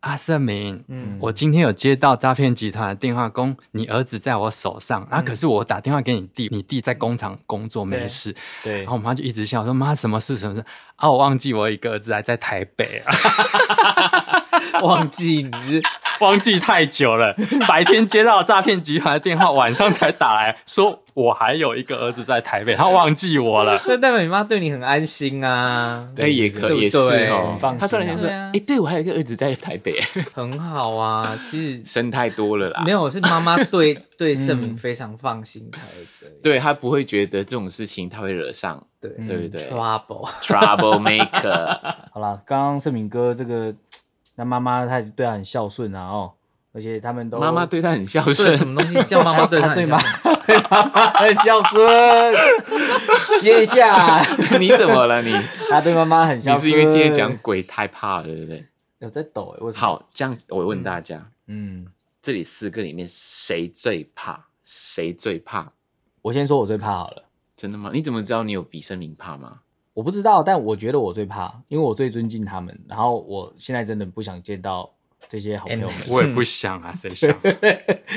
Speaker 5: 阿瑟明，
Speaker 3: 嗯
Speaker 5: 我今天有接到诈骗集团的电话，公你儿子在我手上，啊，可是我打电话给你弟，你弟在工厂工作
Speaker 3: 嗯
Speaker 5: 没
Speaker 3: 对
Speaker 5: 事，
Speaker 4: 对
Speaker 5: 然后我妈就一直笑说妈什么事什么事啊，我忘记我有一个儿子还在台北啊，
Speaker 3: (laughs) 忘记你，
Speaker 5: 忘记太久了，白天接到诈骗集团的电话，晚上才打来说我还有一个儿子在台北，他忘记我了。
Speaker 3: 这代表你妈对你很安心啊，
Speaker 2: 哎，也可
Speaker 3: 对不
Speaker 2: 也是
Speaker 3: 对
Speaker 2: 哦
Speaker 4: 很放。心
Speaker 2: 他突然间说
Speaker 3: 对啊：“
Speaker 2: 哎，对我还有一个儿子在台北， (laughs)
Speaker 3: 很好啊。其实
Speaker 2: 生太多了啦
Speaker 3: 没。有，是妈妈
Speaker 2: (laughs)
Speaker 3: 对对盛敏非常放心才会这样。
Speaker 2: 对他不会觉得这种事情他会惹上
Speaker 3: 对
Speaker 4: 嗯
Speaker 2: 对对
Speaker 3: trouble，
Speaker 2: trouble maker。
Speaker 4: 好啦，刚刚盛敏哥这个，那妈妈她也是对他很孝顺啊哦，而且他们都 (laughs)
Speaker 2: 妈妈对他很孝
Speaker 3: 对什
Speaker 2: 顺，
Speaker 3: 么东西叫妈妈对她
Speaker 4: 他
Speaker 3: 很
Speaker 4: 对
Speaker 3: 孝
Speaker 4: 妈
Speaker 3: 顺
Speaker 4: 对妈妈很孝顺， (laughs) 接一下，
Speaker 2: (laughs) 你怎么了你？
Speaker 4: 他对妈妈很孝
Speaker 2: 你
Speaker 4: 顺，
Speaker 2: 是因为今天讲鬼太怕了，对不对？
Speaker 4: 有在抖哎，为什么？
Speaker 2: 好，这样我问大家，
Speaker 4: 嗯，
Speaker 2: 这里四个里面谁最怕？谁最怕？
Speaker 4: 我先说我最怕好了。
Speaker 2: 真的吗？你怎么知道你有比声明怕吗？
Speaker 4: 我不知道，但我觉得我最怕，因为我最尊敬他们。然后我现在真的不想见到这些好朋友们。
Speaker 5: 我也不想啊，谁想？
Speaker 4: (laughs)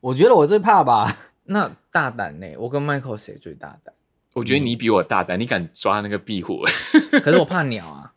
Speaker 4: 我觉得我最怕吧，
Speaker 3: 那大胆呢、欸我跟 Michael 谁最大胆？
Speaker 2: 我觉得你比我大胆，你敢抓那个壁虎？
Speaker 3: 可是我怕鸟
Speaker 2: (laughs)
Speaker 3: 啊。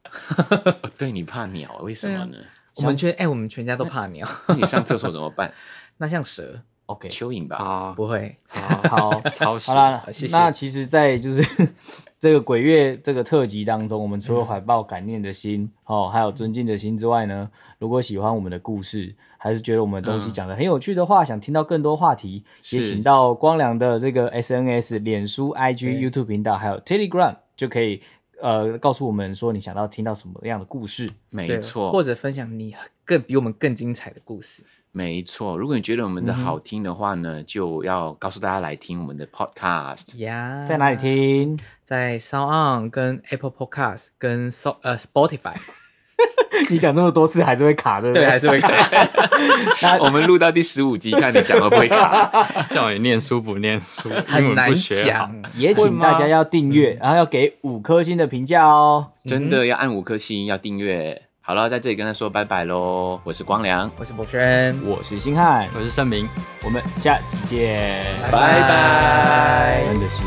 Speaker 2: 哦对你怕鸟，为什么呢？
Speaker 3: 我们全哎、我们全家都怕鸟。
Speaker 2: 那你上厕所怎么办？ (laughs)
Speaker 3: 那像蛇
Speaker 4: OK，
Speaker 2: 蚯蚓吧。
Speaker 5: 啊，
Speaker 3: 不会，
Speaker 5: 好，
Speaker 4: 好，
Speaker 5: 超时
Speaker 4: 好。啦
Speaker 3: 谢，哦啊谢
Speaker 4: 那其实，在就是 (laughs) 这个鬼月这个特辑当中，我们除了怀抱感念的心、哦，还有尊敬的心之外呢，如果喜欢我们的故事，还是觉得我们的东西
Speaker 2: 嗯
Speaker 4: 讲的很有趣的话，想听到更多话题，也
Speaker 2: 是
Speaker 4: 请到光良的这个 SNS、脸书、IG、
Speaker 3: 对
Speaker 4: YouTube 频道，还有 Telegram，就可以呃告诉我们说你想要听到什么样的故事。
Speaker 2: 没
Speaker 3: 对，
Speaker 2: 错，
Speaker 3: 或者分享你更比我们更精彩的故事。
Speaker 2: 没错。如果你觉得我们的
Speaker 4: 嗯哼
Speaker 2: 好听的话呢，就要告诉大家来听我们的 podcast。
Speaker 3: 呀、
Speaker 4: 在哪里？听？
Speaker 3: 在 Sound On、跟 Apple Podcast、跟 So 呃 Spotify。
Speaker 4: (laughs) 你讲这么多次还是会卡，对不对？
Speaker 3: 对，还是会 (laughs) 看。
Speaker 2: (laughs) 我们录到第十五集，看你讲会不会 (laughs) 卡。
Speaker 5: 叫你念书不念书，英
Speaker 3: 很
Speaker 5: 文
Speaker 3: 难
Speaker 5: 不学好，
Speaker 3: 讲。
Speaker 4: 也
Speaker 2: 会
Speaker 4: 请
Speaker 2: 吗
Speaker 4: 大家要订
Speaker 3: 嗯
Speaker 4: 阅，然后要给五颗星的评价哦。
Speaker 2: 真的要按五颗星，要订阅。好了，在这里跟他说拜拜喽。我是光良，
Speaker 3: 我是博轩，
Speaker 4: 我是星汉，
Speaker 5: 我是盛明。
Speaker 4: 我们下期见。
Speaker 2: 拜拜
Speaker 4: 感恩的心。